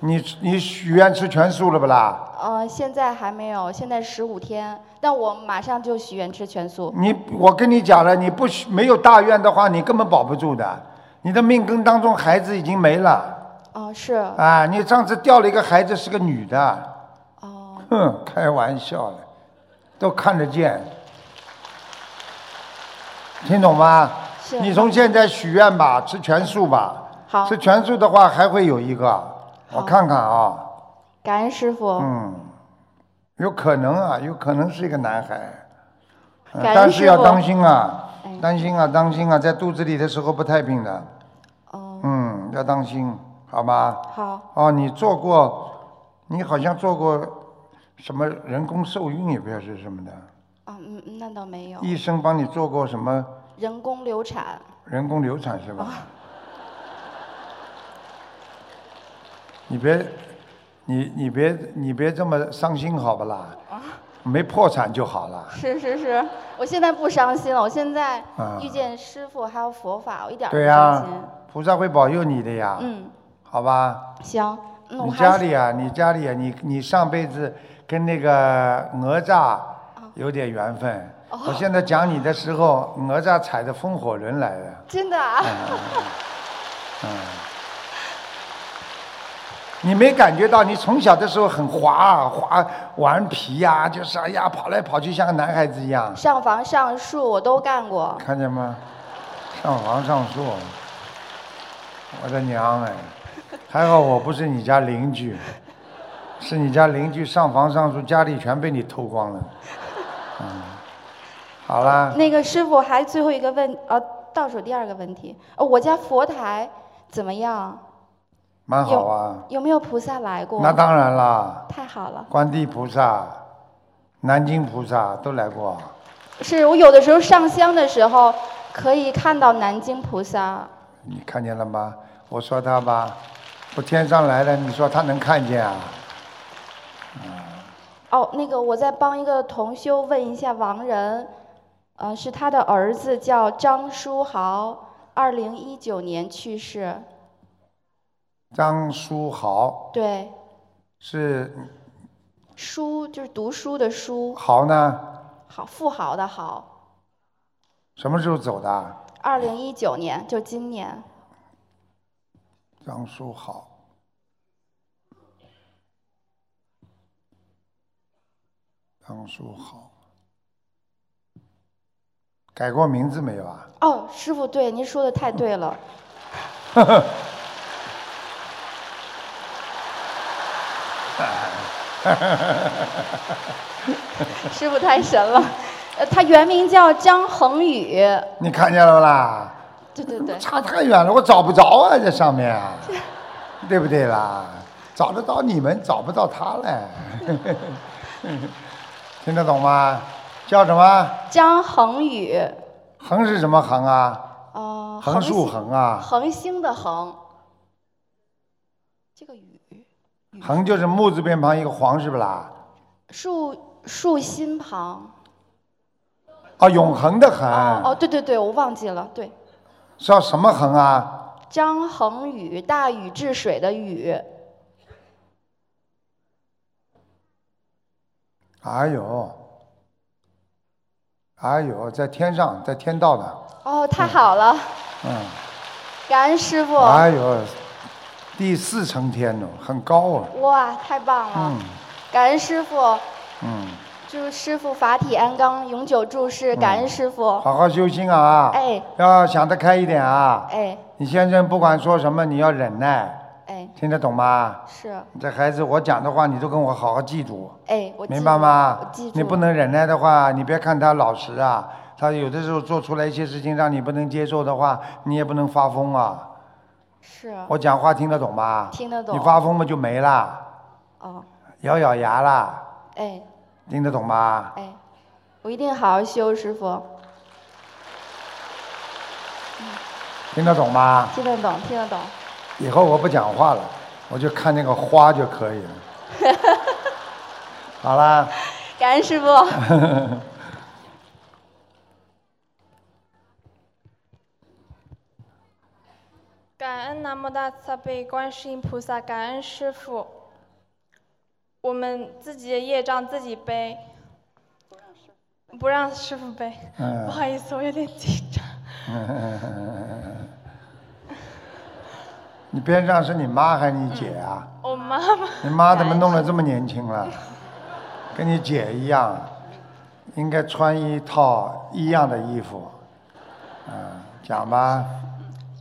[SPEAKER 2] 你你许愿吃全素了不啦？
[SPEAKER 6] 呃，现在还没有，现在十五天，但我马上就许愿吃全素。
[SPEAKER 2] 你我跟你讲了，你不许没有大愿的话，你根本保不住的。你的命根当中孩子已经没了
[SPEAKER 6] 哦、是
[SPEAKER 2] 啊！你上次掉了一个孩子是个女的，
[SPEAKER 6] 哦，
[SPEAKER 2] 哼，开玩笑了，都看得见，听懂吗？
[SPEAKER 6] 是
[SPEAKER 2] 你从现在许愿吧，吃全素吧。
[SPEAKER 6] 好
[SPEAKER 2] 吃全素的话还会有一个，我
[SPEAKER 6] 哦好
[SPEAKER 2] 看看啊，
[SPEAKER 6] 感恩师傅，
[SPEAKER 2] 嗯，有可能啊，有可能是一个男孩。嗯
[SPEAKER 6] 感恩
[SPEAKER 2] 但是
[SPEAKER 6] 师
[SPEAKER 2] 要
[SPEAKER 6] 父
[SPEAKER 2] 当心啊
[SPEAKER 6] 哎，
[SPEAKER 2] 当心啊，当心啊，在肚子里的时候不太平的，
[SPEAKER 6] 哦、
[SPEAKER 2] 嗯，要当心，好吗？
[SPEAKER 6] 好，
[SPEAKER 2] 哦，你做过，你好像做过什么人工受孕，也不知道是什么的，
[SPEAKER 6] 啊嗯，那倒没有，
[SPEAKER 2] 医生帮你做过什么
[SPEAKER 6] 人工流产，
[SPEAKER 2] 人工流产是
[SPEAKER 6] 啊
[SPEAKER 2] 吧？你别，你你别你别这么伤心好不啦？没破产就好了。
[SPEAKER 6] 哦是是是，我现在不伤心了，我现在
[SPEAKER 2] 啊
[SPEAKER 6] 遇见师傅还有佛法，我一点儿
[SPEAKER 2] 对
[SPEAKER 6] 不
[SPEAKER 2] 呀、
[SPEAKER 6] 伤心。
[SPEAKER 2] 菩萨会保佑你的呀，
[SPEAKER 6] 嗯，
[SPEAKER 2] 好吧？
[SPEAKER 6] 行，那我
[SPEAKER 2] 你
[SPEAKER 6] 还
[SPEAKER 2] 家
[SPEAKER 6] 是
[SPEAKER 2] 里啊，你家里啊，你你上辈子跟那个哪吒
[SPEAKER 6] 啊
[SPEAKER 2] 有点缘分。
[SPEAKER 6] 哦
[SPEAKER 2] 我现在讲你的时候，哪吒踩着风火轮来的。
[SPEAKER 6] 真的啊，
[SPEAKER 2] 嗯你没感觉到，你从小的时候很滑啊，滑顽皮呀、就是哎呀跑来跑去像个男孩子一样，
[SPEAKER 6] 上房上树我都干过，
[SPEAKER 2] 看见吗？上房上树，我的娘哎！还好我不是你家邻居，是你家邻居上房上树，家里全被你偷光了。嗯，好啦，
[SPEAKER 6] 那个师傅还最后一个问，呃，倒数第二个问题，呃，我家佛台怎么样？
[SPEAKER 2] 蛮
[SPEAKER 6] 有
[SPEAKER 2] 好啊，
[SPEAKER 6] 有没有菩萨来过？
[SPEAKER 2] 那当然啦，
[SPEAKER 6] 太好了，
[SPEAKER 2] 观地菩萨、南京菩萨都来过啊。
[SPEAKER 6] 是我有的时候上香的时候可以看到南京菩萨，
[SPEAKER 2] 你看见了吗？我说他吧，我天上来了，你说他能看见啊？
[SPEAKER 6] 哦，那个我再帮一个同修问一下王仁，呃，是他的儿子叫张书豪，二零一九年去世，
[SPEAKER 2] 张书豪
[SPEAKER 6] 对，
[SPEAKER 2] 是
[SPEAKER 6] 书就是读书的书，
[SPEAKER 2] 豪呢？
[SPEAKER 6] 好富豪的豪，
[SPEAKER 2] 什么时候走的啊？
[SPEAKER 6] 二零一九年就今年，
[SPEAKER 2] 张书豪，张书豪，改过名字没有啊？ <laughs>
[SPEAKER 6] 哦，师傅对您说的太对了，师傅太神了，呃，他原名叫张恒宇，
[SPEAKER 2] 你看见了啦？
[SPEAKER 6] 对对对，
[SPEAKER 2] 差太远了，我找不着啊，这上面啊，对不对啦？找得到你们，找不到他嘞。听得懂吗？叫什么？
[SPEAKER 6] 张恒宇，
[SPEAKER 2] 横是什么横啊？
[SPEAKER 6] 呃，
[SPEAKER 2] 横竖
[SPEAKER 6] 星
[SPEAKER 2] 横啊
[SPEAKER 6] 恒星的恒，这个宇
[SPEAKER 2] 横就是木字边旁一个黄，是不啦？
[SPEAKER 6] 树树心旁，
[SPEAKER 2] 啊，永恒的
[SPEAKER 6] 哦，
[SPEAKER 2] 恒，
[SPEAKER 6] 对对对，我忘记了，对，
[SPEAKER 2] 叫什么恒啊？
[SPEAKER 6] 张恒宇，大禹治水的禹，
[SPEAKER 2] 哎呦，哎呦，在天上，在天道呢。
[SPEAKER 6] 哦，太好了，
[SPEAKER 2] 嗯，
[SPEAKER 6] 感恩师傅，
[SPEAKER 2] 哎呦，第四层天哦，很高哦。
[SPEAKER 6] 哇，太棒了
[SPEAKER 2] 嗯，
[SPEAKER 6] 感恩师傅，
[SPEAKER 2] 嗯，
[SPEAKER 6] 祝师傅法体安康，永久住世，感恩师傅，
[SPEAKER 2] 好好修心啊，
[SPEAKER 6] 哎
[SPEAKER 2] 要想得开一点啊。
[SPEAKER 6] 哎
[SPEAKER 2] 你先生不管说什么，你要忍耐，
[SPEAKER 6] 哎，
[SPEAKER 2] 听得懂吗？
[SPEAKER 6] 是，
[SPEAKER 2] 这孩子，我讲的话你都跟我好好记住，
[SPEAKER 6] 哎，我记
[SPEAKER 2] 明白
[SPEAKER 6] 住
[SPEAKER 2] 吗
[SPEAKER 6] 我记？
[SPEAKER 2] 你
[SPEAKER 6] 住
[SPEAKER 2] 不能忍耐的话，你别看他老实啊，他有的时候做出来一些事情让你不能接受的话，你也不能发疯啊。
[SPEAKER 6] 是，啊
[SPEAKER 2] 我讲话听得懂吗？
[SPEAKER 6] 听得懂
[SPEAKER 2] 你发疯嘛就没啦，
[SPEAKER 6] 哦，
[SPEAKER 2] 咬咬牙啦，
[SPEAKER 6] 哎
[SPEAKER 2] 听得懂吗？
[SPEAKER 6] 哎，我一定好好修，师傅，
[SPEAKER 2] 听得懂吗？
[SPEAKER 6] 听得懂，听得懂，
[SPEAKER 2] 以后我不讲话了，我就看那个花就可以了。好啦。 <laughs>
[SPEAKER 6] 感恩师傅，
[SPEAKER 7] 感恩南无大慈大悲观世音菩萨，感恩师傅。我们自己的业障自己背，不让师傅背。不好意思，我有点紧张。
[SPEAKER 2] 你边上是你妈还是你姐啊？
[SPEAKER 7] 我妈妈，
[SPEAKER 2] <laughs> 你妈怎么弄得这么年轻了？跟你姐一样，应该穿一套一样的衣服。嗯，讲吧，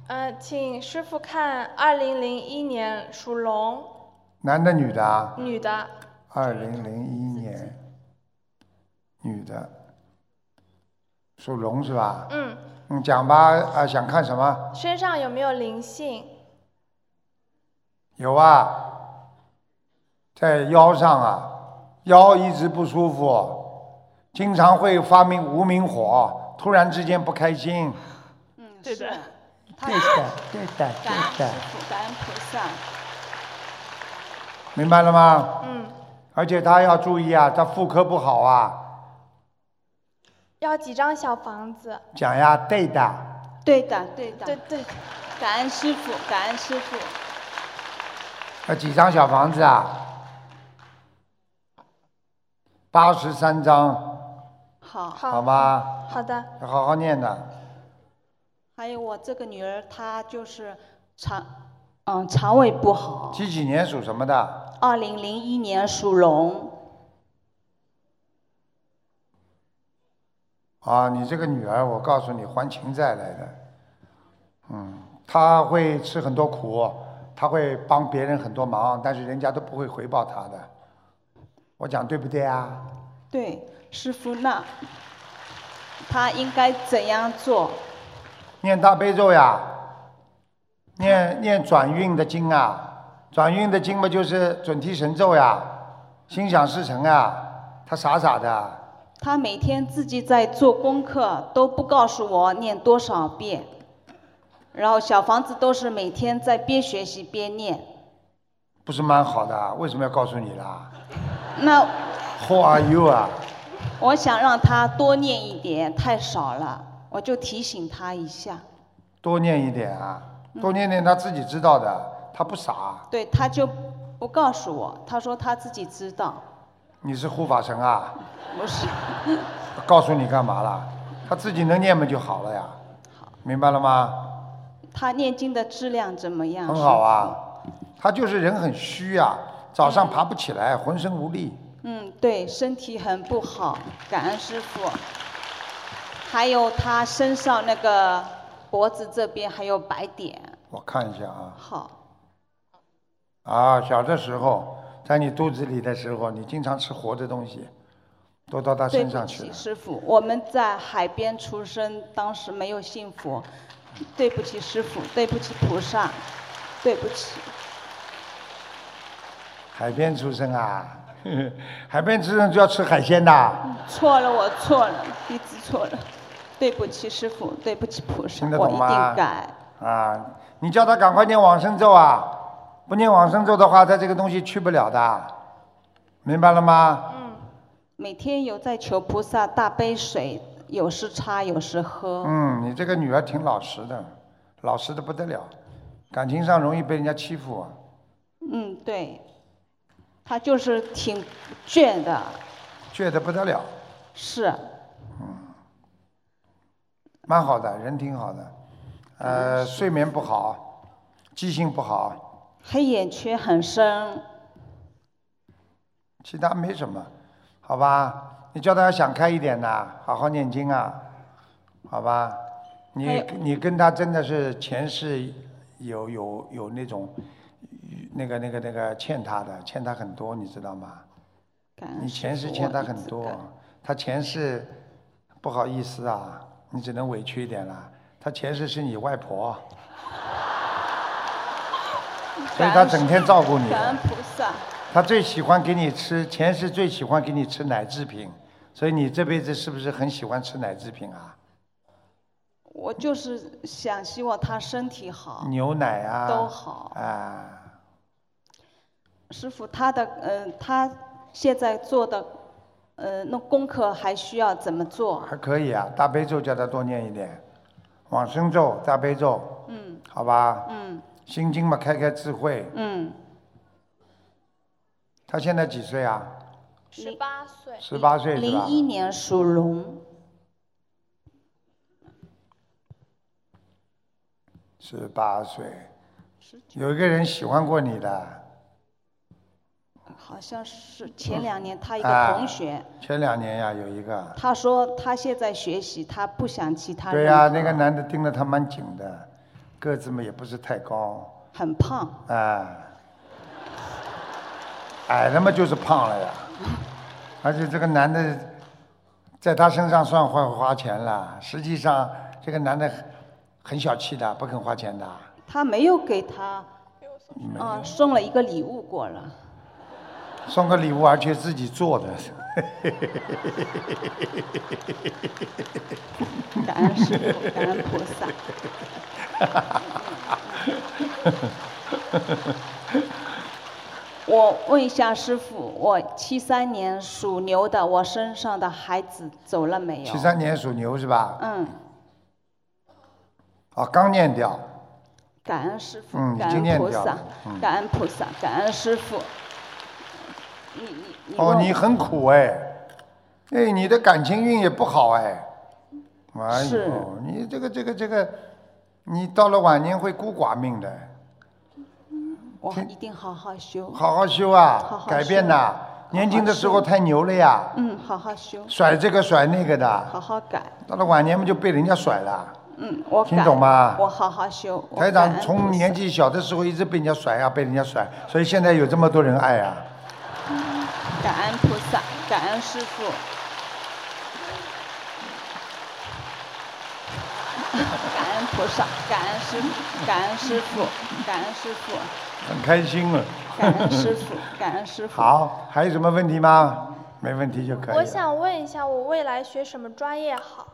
[SPEAKER 7] 嗯、请师傅看二零零一年属龙
[SPEAKER 2] 男的女的啊？
[SPEAKER 7] 女的，
[SPEAKER 2] 二零零一年，女的，属龙是吧？
[SPEAKER 7] 嗯，
[SPEAKER 2] 嗯，讲吧，啊，想看什么？
[SPEAKER 7] 身上有没有灵性？
[SPEAKER 2] 有啊，在腰上啊，腰一直不舒服，经常会发明无名火，突然之间不开心。
[SPEAKER 8] 嗯
[SPEAKER 7] 嗯
[SPEAKER 5] 对的，
[SPEAKER 2] 对的，对的，对的，
[SPEAKER 5] 感恩菩萨。
[SPEAKER 2] 明白了吗？
[SPEAKER 7] 嗯，
[SPEAKER 2] 而且他要注意啊，他妇科不好啊。
[SPEAKER 7] 要几张小房子？
[SPEAKER 2] 讲呀，对的，
[SPEAKER 5] 对的，对的
[SPEAKER 7] 对对，
[SPEAKER 5] 感恩师傅，感恩师傅。
[SPEAKER 2] 那几张小房子啊？八十三张，
[SPEAKER 8] 好，
[SPEAKER 2] 好
[SPEAKER 7] 好，
[SPEAKER 2] 吗？
[SPEAKER 7] 好的，
[SPEAKER 2] 要好好念的。
[SPEAKER 8] 还有我这个女儿，她就是肠，嗯，肠胃不好。
[SPEAKER 2] 几几年属什么的？
[SPEAKER 8] 二零零一年属龙，
[SPEAKER 2] 啊，你这个女儿，我告诉你，还情债来的。嗯，她会吃很多苦，她会帮别人很多忙，但是人家都不会回报她的。我讲对不对啊？
[SPEAKER 8] 对，师傅那，她应该怎样做？
[SPEAKER 2] 念大悲咒呀，念念转运的经啊，转运的经嘛就是准提神咒呀，心想事成啊。她傻傻的，
[SPEAKER 8] 她每天自己在做功课，都不告诉我念多少遍，然后小房子都是每天在边学习边念。
[SPEAKER 2] 不是蛮好的，为什么要告诉你啦
[SPEAKER 8] 那
[SPEAKER 2] ？Who are you 啊？
[SPEAKER 8] 我想让她多念一点，太少了，我就提醒她一下。
[SPEAKER 2] 多念一点啊，多念念她自己知道的，她不傻。
[SPEAKER 8] 对，他就不告诉我，他说他自己知道， <laughs>
[SPEAKER 2] 你是护法神啊？
[SPEAKER 8] 不是。
[SPEAKER 2] 告诉你干嘛啦？他自己能念嘛就好了呀。明白了吗？
[SPEAKER 8] 他念经的质量怎么样？
[SPEAKER 2] 很好啊。他就是人很虚啊，早上爬不起来，浑身无力。
[SPEAKER 8] 师父。嗯，对，身体很不好，感恩师傅。还有他身上那个脖子这边还有白点，
[SPEAKER 2] 我看一下啊，
[SPEAKER 8] 好，
[SPEAKER 2] 啊，小的时候在你肚子里的时候，你经常吃活的东西，都到他
[SPEAKER 8] 对
[SPEAKER 2] 身
[SPEAKER 8] 不
[SPEAKER 2] 上去
[SPEAKER 8] 起，
[SPEAKER 2] 了。
[SPEAKER 8] 师傅，我们在海边出生，当时没有信佛，对不起师傅，对不起菩萨，对不起。
[SPEAKER 2] 海边出生啊， <laughs> 海边出生就要吃海鲜的，
[SPEAKER 8] 错了，我错了，弟子错了，对不起师傅，对不起菩萨，
[SPEAKER 2] 听得
[SPEAKER 8] 我一
[SPEAKER 2] 懂吗
[SPEAKER 8] 定改。？
[SPEAKER 2] 啊，你叫他赶快念往生咒啊！不念往生咒的话，他这个东西去不了的，明白了吗？
[SPEAKER 8] 每天有在求菩萨大杯水，有时擦，有时喝。
[SPEAKER 2] 嗯，你这个女儿挺老实的，老实的不得了，感情上容易被人家欺负啊。
[SPEAKER 8] 嗯，对，他就是挺倔的，
[SPEAKER 2] 倔得不得了，
[SPEAKER 8] 是
[SPEAKER 2] 蛮好的，人挺好的，呃，睡眠不好，记性不好，
[SPEAKER 8] 黑眼圈很深，
[SPEAKER 2] 其他没什么，好吧？你叫他想开一点呐、好好念经啊，好吧？
[SPEAKER 8] 还
[SPEAKER 2] 你
[SPEAKER 8] 有
[SPEAKER 2] 你跟他真的是前世有有有那种，那个那个那个欠他的，欠他很多，你知道吗？
[SPEAKER 8] 感恩
[SPEAKER 2] 你
[SPEAKER 8] 师
[SPEAKER 2] 前世
[SPEAKER 8] 父
[SPEAKER 2] 欠
[SPEAKER 8] 我
[SPEAKER 2] 他
[SPEAKER 8] 一
[SPEAKER 2] 很
[SPEAKER 8] 直
[SPEAKER 2] 多
[SPEAKER 8] 改，
[SPEAKER 2] 他前世不好意思啊，你只能委屈一点了。他前世是你外婆，所以他整天照顾你。
[SPEAKER 8] 感恩菩萨，
[SPEAKER 2] 他最喜欢给你吃，前世最喜欢给你吃奶制品，所以你这辈子是不是很喜欢吃奶制品啊？
[SPEAKER 8] 我就是想希望他身体好。
[SPEAKER 2] 牛奶啊，
[SPEAKER 8] 哦都好
[SPEAKER 2] 啊，
[SPEAKER 8] 师傅，他的嗯、他现在做的呃，那功课还需要怎么做？
[SPEAKER 2] 还可以啊。大悲咒叫他多念一点，往生咒、大悲咒，
[SPEAKER 8] 嗯
[SPEAKER 2] 好吧？
[SPEAKER 8] 嗯
[SPEAKER 2] 心经嘛，开开智慧。
[SPEAKER 8] 嗯，
[SPEAKER 2] 他现在几岁啊？
[SPEAKER 7] 十八岁，
[SPEAKER 2] 十八岁是吧？
[SPEAKER 8] 零一年属龙，
[SPEAKER 2] 十八岁，有一个人喜欢过你的，
[SPEAKER 8] 好像是前两年他一
[SPEAKER 2] 啊
[SPEAKER 8] 个同学，
[SPEAKER 2] 前两年呀、有一个，
[SPEAKER 8] 他说他现在学习，他不想其他
[SPEAKER 2] 对
[SPEAKER 8] 任
[SPEAKER 2] 呀、
[SPEAKER 8] 何
[SPEAKER 2] 那个男的盯得他蛮紧的，个子嘛也不是太高，
[SPEAKER 8] 很胖，
[SPEAKER 2] 啊，矮了嘛哎就是胖了呀，而且这个男的在他身上算会花钱了，实际上这个男的很很小气的，不肯花钱的，
[SPEAKER 8] 他没有给他啊送了一个礼物过了，
[SPEAKER 2] 送个礼物而且自己做的，
[SPEAKER 8] 感恩师傅，感恩菩萨，我问一下师傅，我七三年属牛的，我身上的孩子走了没有？
[SPEAKER 2] <laughs> 七三年属牛是吧？
[SPEAKER 8] 嗯，
[SPEAKER 2] 啊，刚念掉，
[SPEAKER 8] 感恩师傅，
[SPEAKER 2] 嗯已
[SPEAKER 8] 感
[SPEAKER 2] 经
[SPEAKER 8] 恩
[SPEAKER 2] 念
[SPEAKER 8] 菩
[SPEAKER 2] 掉
[SPEAKER 8] 萨
[SPEAKER 2] 了，嗯
[SPEAKER 8] 感恩菩萨，感恩师傅。你你你
[SPEAKER 2] 哦，
[SPEAKER 8] 问
[SPEAKER 2] 你
[SPEAKER 8] 我
[SPEAKER 2] 很苦哎，哎，你的感情运也不好哎，哎
[SPEAKER 8] 是
[SPEAKER 2] 呦，你这个这个这个，你到了晚年会孤寡命的，
[SPEAKER 8] 我一定好好修。
[SPEAKER 2] 好好修啊，
[SPEAKER 8] 好好
[SPEAKER 2] 改变呐、
[SPEAKER 8] 修
[SPEAKER 2] 年轻的时候太牛了呀，
[SPEAKER 8] 嗯，好好修，
[SPEAKER 2] 甩这个甩那个的，
[SPEAKER 8] 好好改。
[SPEAKER 2] 到了晚年不就被人家甩了？
[SPEAKER 8] 嗯，我
[SPEAKER 2] 听
[SPEAKER 8] 改
[SPEAKER 2] 懂吗
[SPEAKER 8] 我好好修。我
[SPEAKER 2] 台
[SPEAKER 8] 感
[SPEAKER 2] 长
[SPEAKER 8] 恩
[SPEAKER 2] 从
[SPEAKER 8] 菩萨
[SPEAKER 2] 年纪小的时候一直被人家甩啊呀、被人家甩，所以现在有这么多人爱啊。
[SPEAKER 8] 嗯感恩菩萨，感恩师傅。 <laughs> 感恩菩萨，感恩师傅，感恩师傅，感恩师傅，
[SPEAKER 2] 很开心了。
[SPEAKER 8] 感恩师傅，感恩师傅。
[SPEAKER 2] <laughs> 好，还有什么问题吗？没问题就可以了。
[SPEAKER 7] 我想问一下，我未来学什么专业好？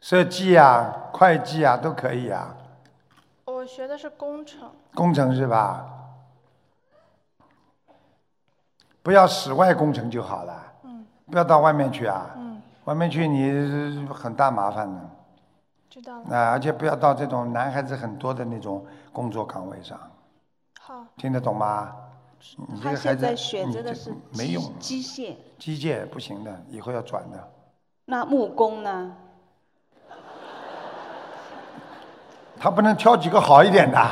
[SPEAKER 2] 设计啊、会计啊都可以啊，
[SPEAKER 7] 我学的是工程，
[SPEAKER 2] 工程是吧？不要室外工程就好了，不要到外面去啊，外面去你呃很大麻烦的
[SPEAKER 7] 知道了。
[SPEAKER 2] 啊，而且不要到这种男孩子很多的那种工作岗位上，
[SPEAKER 7] 好，
[SPEAKER 2] 听得懂吗？你这
[SPEAKER 8] 他
[SPEAKER 2] 个孩
[SPEAKER 8] 现
[SPEAKER 2] 子
[SPEAKER 8] 在选择的
[SPEAKER 2] 你
[SPEAKER 8] 是
[SPEAKER 2] 这没
[SPEAKER 8] 机
[SPEAKER 2] 用，
[SPEAKER 8] 机械，
[SPEAKER 2] 机械不行的，以后要转的。
[SPEAKER 8] 那木工呢？
[SPEAKER 2] 他不能挑几个好一点的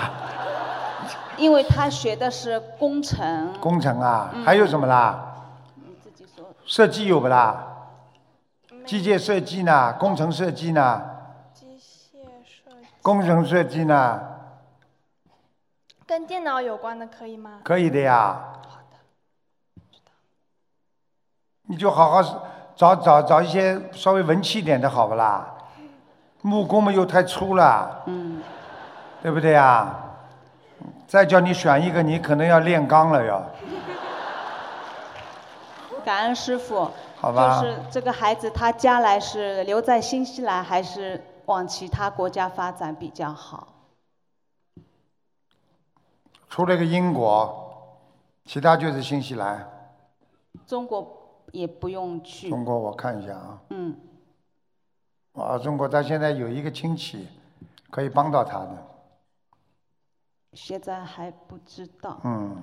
[SPEAKER 8] 因为他学的是工程，
[SPEAKER 2] 工程啊，还有什么啦？
[SPEAKER 8] 嗯你自己说
[SPEAKER 2] 设计有不啦？机械设计呢？工程设计呢？
[SPEAKER 7] 机械设计、
[SPEAKER 2] 工程设计呢？
[SPEAKER 7] 跟电脑有关的可以吗？
[SPEAKER 2] 可以的呀。你就好好找找找一些稍微文气一点的好不啦？木工嘛又太粗了，
[SPEAKER 8] 嗯，
[SPEAKER 2] 对不对呀？再叫你选一个，你可能要炼钢了要，
[SPEAKER 8] 感恩师傅。
[SPEAKER 2] 好吧
[SPEAKER 8] 就是这个孩子，他将来是留在新西兰，还是往其他国家发展比较好？
[SPEAKER 2] 除了个英国，其他就是新西兰。
[SPEAKER 8] 中国也不用去。
[SPEAKER 2] 中国我看一下啊，
[SPEAKER 8] 嗯，
[SPEAKER 2] 啊，中国他现在有一个亲戚可以帮到他的，
[SPEAKER 8] 现在还不知道，
[SPEAKER 2] 嗯。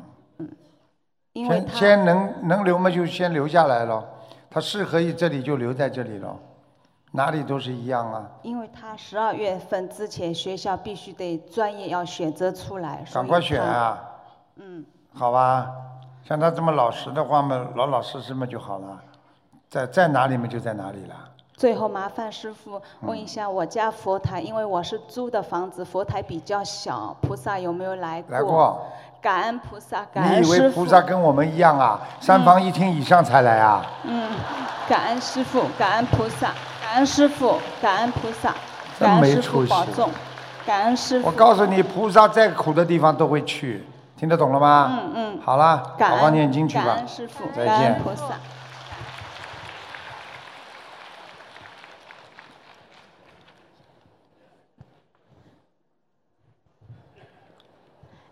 [SPEAKER 8] 因为
[SPEAKER 2] 先
[SPEAKER 8] 他
[SPEAKER 2] 先能能留嘛，就先留下来了。他适合于这里就留在这里了，哪里都是一样啊。
[SPEAKER 8] 因为他十二月份之前学校必须得专业要选择出来，所以
[SPEAKER 2] 赶快选
[SPEAKER 8] 他！
[SPEAKER 2] 啊，
[SPEAKER 8] 嗯，
[SPEAKER 2] 好吧？像他这么老实的话嘛，老老实实嘛就好了，在在哪里嘛就在哪里了。
[SPEAKER 8] 最后麻烦师傅问一下我家佛台，因为我是租的房子，佛台比较小，菩萨有没有来过？
[SPEAKER 2] 来过，
[SPEAKER 8] 感恩菩萨，感
[SPEAKER 2] 你
[SPEAKER 8] 恩
[SPEAKER 2] 以
[SPEAKER 8] 师嗯
[SPEAKER 2] 为
[SPEAKER 8] 傅。
[SPEAKER 2] 菩萨跟我们一样啊？三房一厅以上才来啊？
[SPEAKER 8] 嗯，感恩师傅，感恩菩萨，感恩师傅，感恩菩萨，
[SPEAKER 2] 真
[SPEAKER 8] 感恩
[SPEAKER 2] 没
[SPEAKER 8] 师
[SPEAKER 2] 出
[SPEAKER 8] 傅
[SPEAKER 2] 息
[SPEAKER 8] 保重，感恩师傅。
[SPEAKER 2] 我告诉你，菩萨再苦的地方都会去，听得懂了吗？
[SPEAKER 8] 嗯嗯
[SPEAKER 2] 啊好啦，
[SPEAKER 8] 感
[SPEAKER 2] 好
[SPEAKER 8] 恩
[SPEAKER 2] 好念经去
[SPEAKER 8] 感
[SPEAKER 2] 吧
[SPEAKER 8] 恩。师傅，
[SPEAKER 2] 再
[SPEAKER 8] 感恩
[SPEAKER 2] 见
[SPEAKER 8] 菩萨。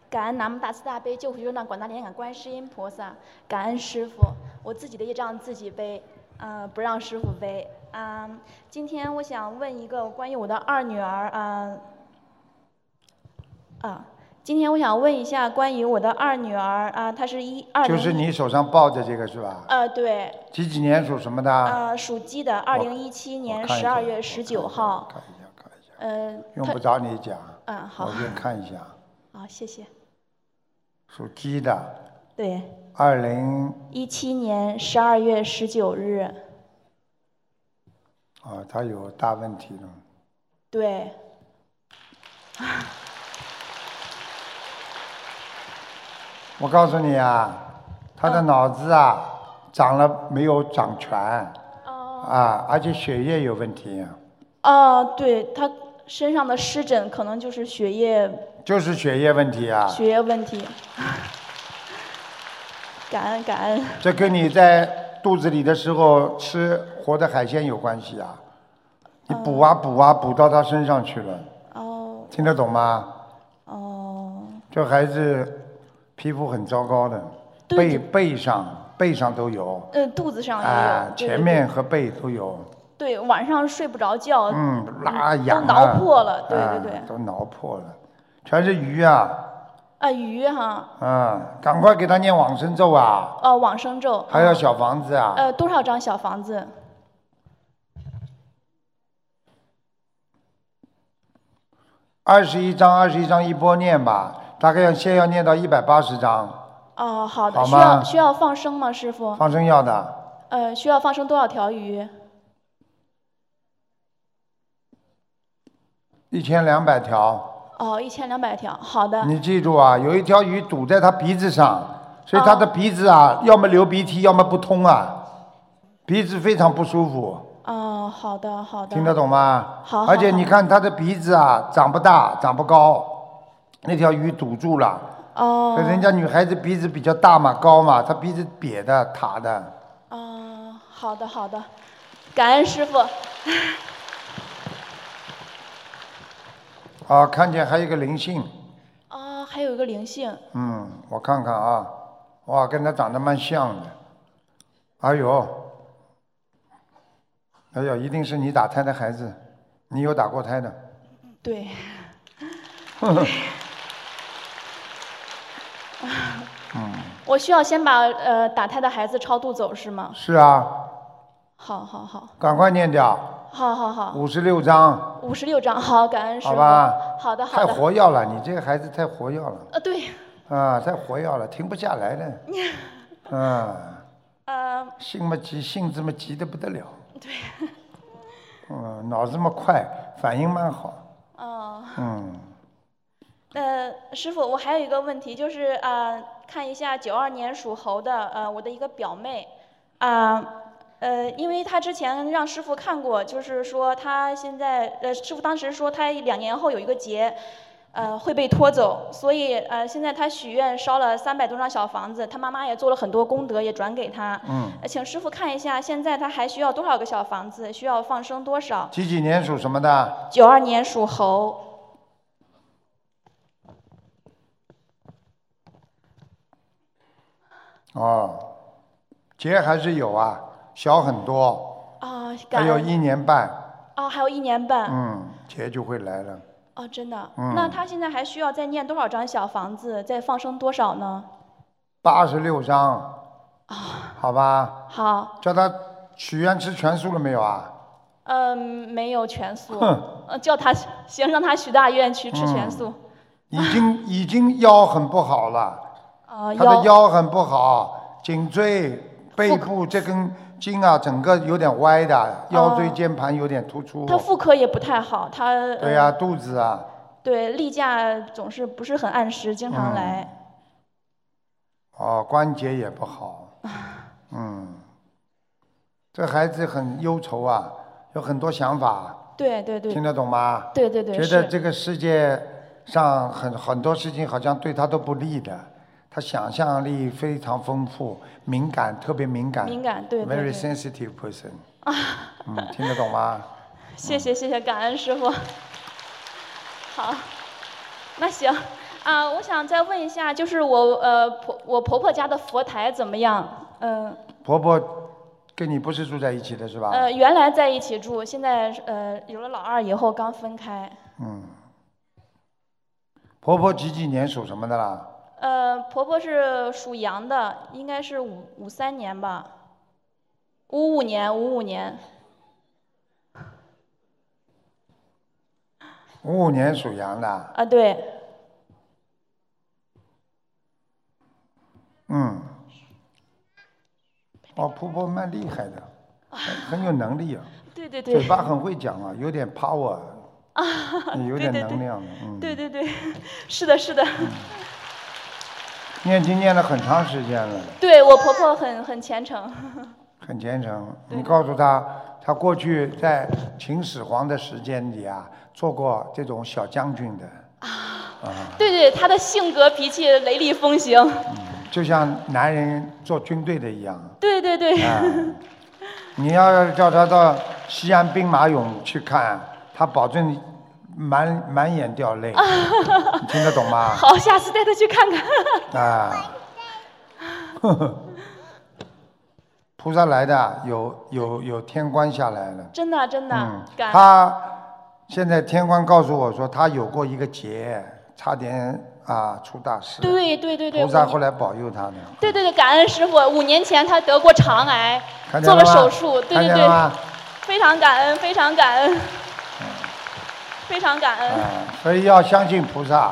[SPEAKER 9] 感恩南无大慈大悲救苦救难广大灵感观世音菩萨，感恩师傅，我自己的业障自己背，啊、不让师傅背。啊、今天我想问一个关于我的二女儿，啊、啊，今天我想问一下关于我的二女儿，啊、她是一二零，
[SPEAKER 2] 就是你手上抱着这个是吧？
[SPEAKER 9] 呃，对，
[SPEAKER 2] 几几年属什么的？
[SPEAKER 9] 呃，属鸡的，二零一七年
[SPEAKER 2] 啊看一
[SPEAKER 9] 十
[SPEAKER 2] 下
[SPEAKER 9] 二月十九号。看一下，看一下。
[SPEAKER 2] 用
[SPEAKER 9] 她
[SPEAKER 2] 不着你讲。
[SPEAKER 9] 嗯好
[SPEAKER 2] 我先看一下，
[SPEAKER 9] 好，谢谢。
[SPEAKER 2] 属鸡的，
[SPEAKER 9] 对，
[SPEAKER 2] 二零
[SPEAKER 9] 一七年十二月十九日，
[SPEAKER 2] 啊，他有大问题了。
[SPEAKER 9] 对。
[SPEAKER 2] 我告诉你啊，他的脑子啊长了没有长全，
[SPEAKER 8] 哦
[SPEAKER 2] 啊，而且血液有问题，
[SPEAKER 9] 啊，对他身上的湿疹可能就是血液
[SPEAKER 2] 就是血液问题啊。
[SPEAKER 9] 血液问
[SPEAKER 2] <laughs>
[SPEAKER 9] 题。感恩感恩，
[SPEAKER 2] 这跟你在肚子里的时候吃活的海鲜有关系啊。你补啊补啊补到他身上去了。
[SPEAKER 9] 哦
[SPEAKER 2] 听得懂吗？
[SPEAKER 9] 哦，
[SPEAKER 2] 这孩子皮肤很糟糕的，背
[SPEAKER 9] 对
[SPEAKER 2] 背上背上都有，
[SPEAKER 9] 呃，肚子上也有，
[SPEAKER 2] 啊，
[SPEAKER 9] 对哦
[SPEAKER 2] 前面和背都有，
[SPEAKER 9] 对对晚上睡不着觉，
[SPEAKER 2] 嗯，拉
[SPEAKER 9] 都
[SPEAKER 2] 痒
[SPEAKER 9] 挠
[SPEAKER 2] 啊
[SPEAKER 9] 破了，对
[SPEAKER 2] 啊
[SPEAKER 9] 对对，
[SPEAKER 2] 都挠破了，全是鱼啊，
[SPEAKER 9] 啊鱼哈，
[SPEAKER 2] 啊，赶快给他念往生咒啊，
[SPEAKER 9] 呃往生咒，
[SPEAKER 2] 还要小房子啊，
[SPEAKER 9] 呃多少张小房子？
[SPEAKER 2] 二十一章二十一章一波念吧，大概要先要念到一百八十章，
[SPEAKER 9] 哦，好的，
[SPEAKER 2] 好
[SPEAKER 9] 需
[SPEAKER 2] 吗
[SPEAKER 9] 要需要放生吗，师傅？
[SPEAKER 2] 放生要的，
[SPEAKER 9] 呃，需要放生多少条鱼？
[SPEAKER 2] 一千两百条，
[SPEAKER 9] 哦，一千两百条。好的，
[SPEAKER 2] 你记住啊，有一条鱼堵在他鼻子上，所以他的鼻子啊，要么流鼻涕，要么不通啊，鼻子非常不舒服。
[SPEAKER 9] 哦，好的好的。
[SPEAKER 2] 听得懂吗？
[SPEAKER 9] 好
[SPEAKER 2] 而且
[SPEAKER 9] 好
[SPEAKER 2] 你看它的鼻子啊，长不大，长不高，那条鱼堵住了。
[SPEAKER 9] 哦。
[SPEAKER 2] 人家女孩子鼻子比较大嘛，高嘛，她鼻子瘪的、塌的。
[SPEAKER 9] 啊，好的好的，感恩师傅。
[SPEAKER 2] 啊，看见还有一个灵性，
[SPEAKER 9] 啊，还有一个灵性，
[SPEAKER 2] 嗯，我看看啊，哇，跟她长得蛮像的。哎呦，哎呦，一定是你打胎的孩子，你有打过胎的。 <laughs>
[SPEAKER 9] 对，我需要先把呃打胎的孩子超度走是吗？
[SPEAKER 2] 是啊，
[SPEAKER 9] 好好好，
[SPEAKER 2] 赶快念掉
[SPEAKER 9] 好好好，
[SPEAKER 2] 五十六章，
[SPEAKER 9] 五十六章，好，感恩师
[SPEAKER 2] 好
[SPEAKER 9] 傅。
[SPEAKER 2] 吧？
[SPEAKER 9] 好的好
[SPEAKER 2] 太
[SPEAKER 9] 的。
[SPEAKER 2] 活跃了，你这个孩子太活跃了。
[SPEAKER 9] 呃，对，
[SPEAKER 2] 啊，太活跃了，停不下来了。
[SPEAKER 9] <laughs>
[SPEAKER 2] 啊，
[SPEAKER 9] 呃，
[SPEAKER 2] 性嘛急，性子嘛急得不得了。 <laughs> 对。嗯，脑子嘛快，反应蛮好。
[SPEAKER 9] 哦、
[SPEAKER 2] 嗯，
[SPEAKER 9] 呃，师傅，我还有一个问题，就是呃，看一下九二年属猴的，呃，我的一个表妹，啊、呃，因为她之前让师傅看过，就是说她现在，呃，师傅当时说她两年后有一个劫，呃，会被拖走，所以呃，现在她许愿烧了三百多张小房子，她妈妈也做了很多功德，也转给她，
[SPEAKER 2] 嗯
[SPEAKER 9] 呃请师傅看一下，现在她还需要多少个小房子，需要放生多少？
[SPEAKER 2] 几几年属什么的？
[SPEAKER 9] 九二年属猴，
[SPEAKER 2] 哦，劫还是有啊，小很多，
[SPEAKER 9] 啊、
[SPEAKER 2] 还
[SPEAKER 9] 感
[SPEAKER 2] 有一年半，
[SPEAKER 9] 啊、还有一年半，
[SPEAKER 2] 嗯，劫就会来了。
[SPEAKER 9] 哦，真的？
[SPEAKER 2] 嗯
[SPEAKER 9] 那他现在还需要再念多少张小房子，再放生多少呢？
[SPEAKER 2] 八十六章，
[SPEAKER 9] 啊
[SPEAKER 2] 好吧，
[SPEAKER 9] 好，
[SPEAKER 2] 叫他许愿吃全素了没有啊？
[SPEAKER 9] 嗯，没有全素
[SPEAKER 2] 哼，嗯
[SPEAKER 9] 呃，叫他行，让他许大愿去吃全素。
[SPEAKER 2] 已
[SPEAKER 9] <laughs>
[SPEAKER 2] 经已经腰很不好了，
[SPEAKER 9] 啊，
[SPEAKER 2] 他的腰很不好，颈椎、背部这根筋啊，整个有点歪的，腰椎
[SPEAKER 9] 哦
[SPEAKER 2] 间盘有点突出。
[SPEAKER 9] 他妇科也不太好，他呃
[SPEAKER 2] 对呀、肚子啊，
[SPEAKER 9] 对例假总是不是很按时，经常
[SPEAKER 2] 嗯
[SPEAKER 9] 来。
[SPEAKER 2] 哦，关节也不好，
[SPEAKER 9] 啊
[SPEAKER 2] 嗯，这孩子很忧愁啊，有很多想法，
[SPEAKER 9] 对对对
[SPEAKER 2] 听，得懂吗？
[SPEAKER 9] 对对对，
[SPEAKER 2] 觉得
[SPEAKER 9] 是
[SPEAKER 2] 这个世界上很很多事情好像对他都不利的，他想象力非常丰富，敏感，特别敏感。
[SPEAKER 9] 敏感对对
[SPEAKER 2] Very
[SPEAKER 9] 对啊
[SPEAKER 2] sensitive
[SPEAKER 9] <laughs>
[SPEAKER 2] person。嗯，听得懂吗？
[SPEAKER 9] 谢谢谢谢，感恩
[SPEAKER 2] <laughs>
[SPEAKER 9] 师傅。好，那行啊、我想再问一下，就是我呃婆我婆婆家的佛台怎么样？嗯、
[SPEAKER 2] 婆婆跟你不是住在一起的是吧？
[SPEAKER 9] 呃，原来在一起住，现在是呃有了老二以后刚分开。
[SPEAKER 2] 嗯。婆婆几几年属什么的啦？
[SPEAKER 9] 呃，婆婆是属羊的，应该是五五三年吧，五五年，五五年。
[SPEAKER 2] 五五年属羊的。
[SPEAKER 9] 啊，对，
[SPEAKER 2] 嗯。哦，婆婆蛮厉害的，很很有能力啊，
[SPEAKER 9] 对对啊对
[SPEAKER 2] 嘴，巴
[SPEAKER 9] <laughs>
[SPEAKER 2] 很会讲啊，有点 power，有点能量的。嗯。
[SPEAKER 9] 对对对，是的，是的，
[SPEAKER 2] 念经念了很长时间了，
[SPEAKER 9] 对我婆婆很很虔诚。
[SPEAKER 2] 很虔诚。你告诉他，他过去在秦始皇的时间里啊，做过这种小将军的，啊，
[SPEAKER 9] 对对，她的性格脾气雷厉风行。
[SPEAKER 2] 就像男人做军队的一样。
[SPEAKER 9] 对对对，
[SPEAKER 2] 啊你要叫他到西安兵马俑去看，他保证满满眼掉
[SPEAKER 9] <laughs>
[SPEAKER 2] 泪。你听得懂吗？
[SPEAKER 9] 好，下次带她去看看。
[SPEAKER 2] 啊，呵呵，菩萨来的，有有有天官下来了。
[SPEAKER 9] <laughs> 真的真的，感
[SPEAKER 2] 嗯
[SPEAKER 9] 恩
[SPEAKER 2] 他现在天官告诉我说，他有过一个劫，差点啊出大事。
[SPEAKER 9] 对对对对，
[SPEAKER 2] 菩萨
[SPEAKER 9] 五
[SPEAKER 2] 后来保佑他的，
[SPEAKER 9] 对对对，感恩师傅。五年前他得过肠癌，
[SPEAKER 2] 看见
[SPEAKER 9] 做
[SPEAKER 2] 了
[SPEAKER 9] 了
[SPEAKER 2] 吗
[SPEAKER 9] 手术，对
[SPEAKER 2] 看
[SPEAKER 9] 对
[SPEAKER 2] 见
[SPEAKER 9] 对
[SPEAKER 2] 了，吗？嗯
[SPEAKER 9] 非常感恩，非常感恩，非常感恩。
[SPEAKER 2] 啊，所以要相信菩萨，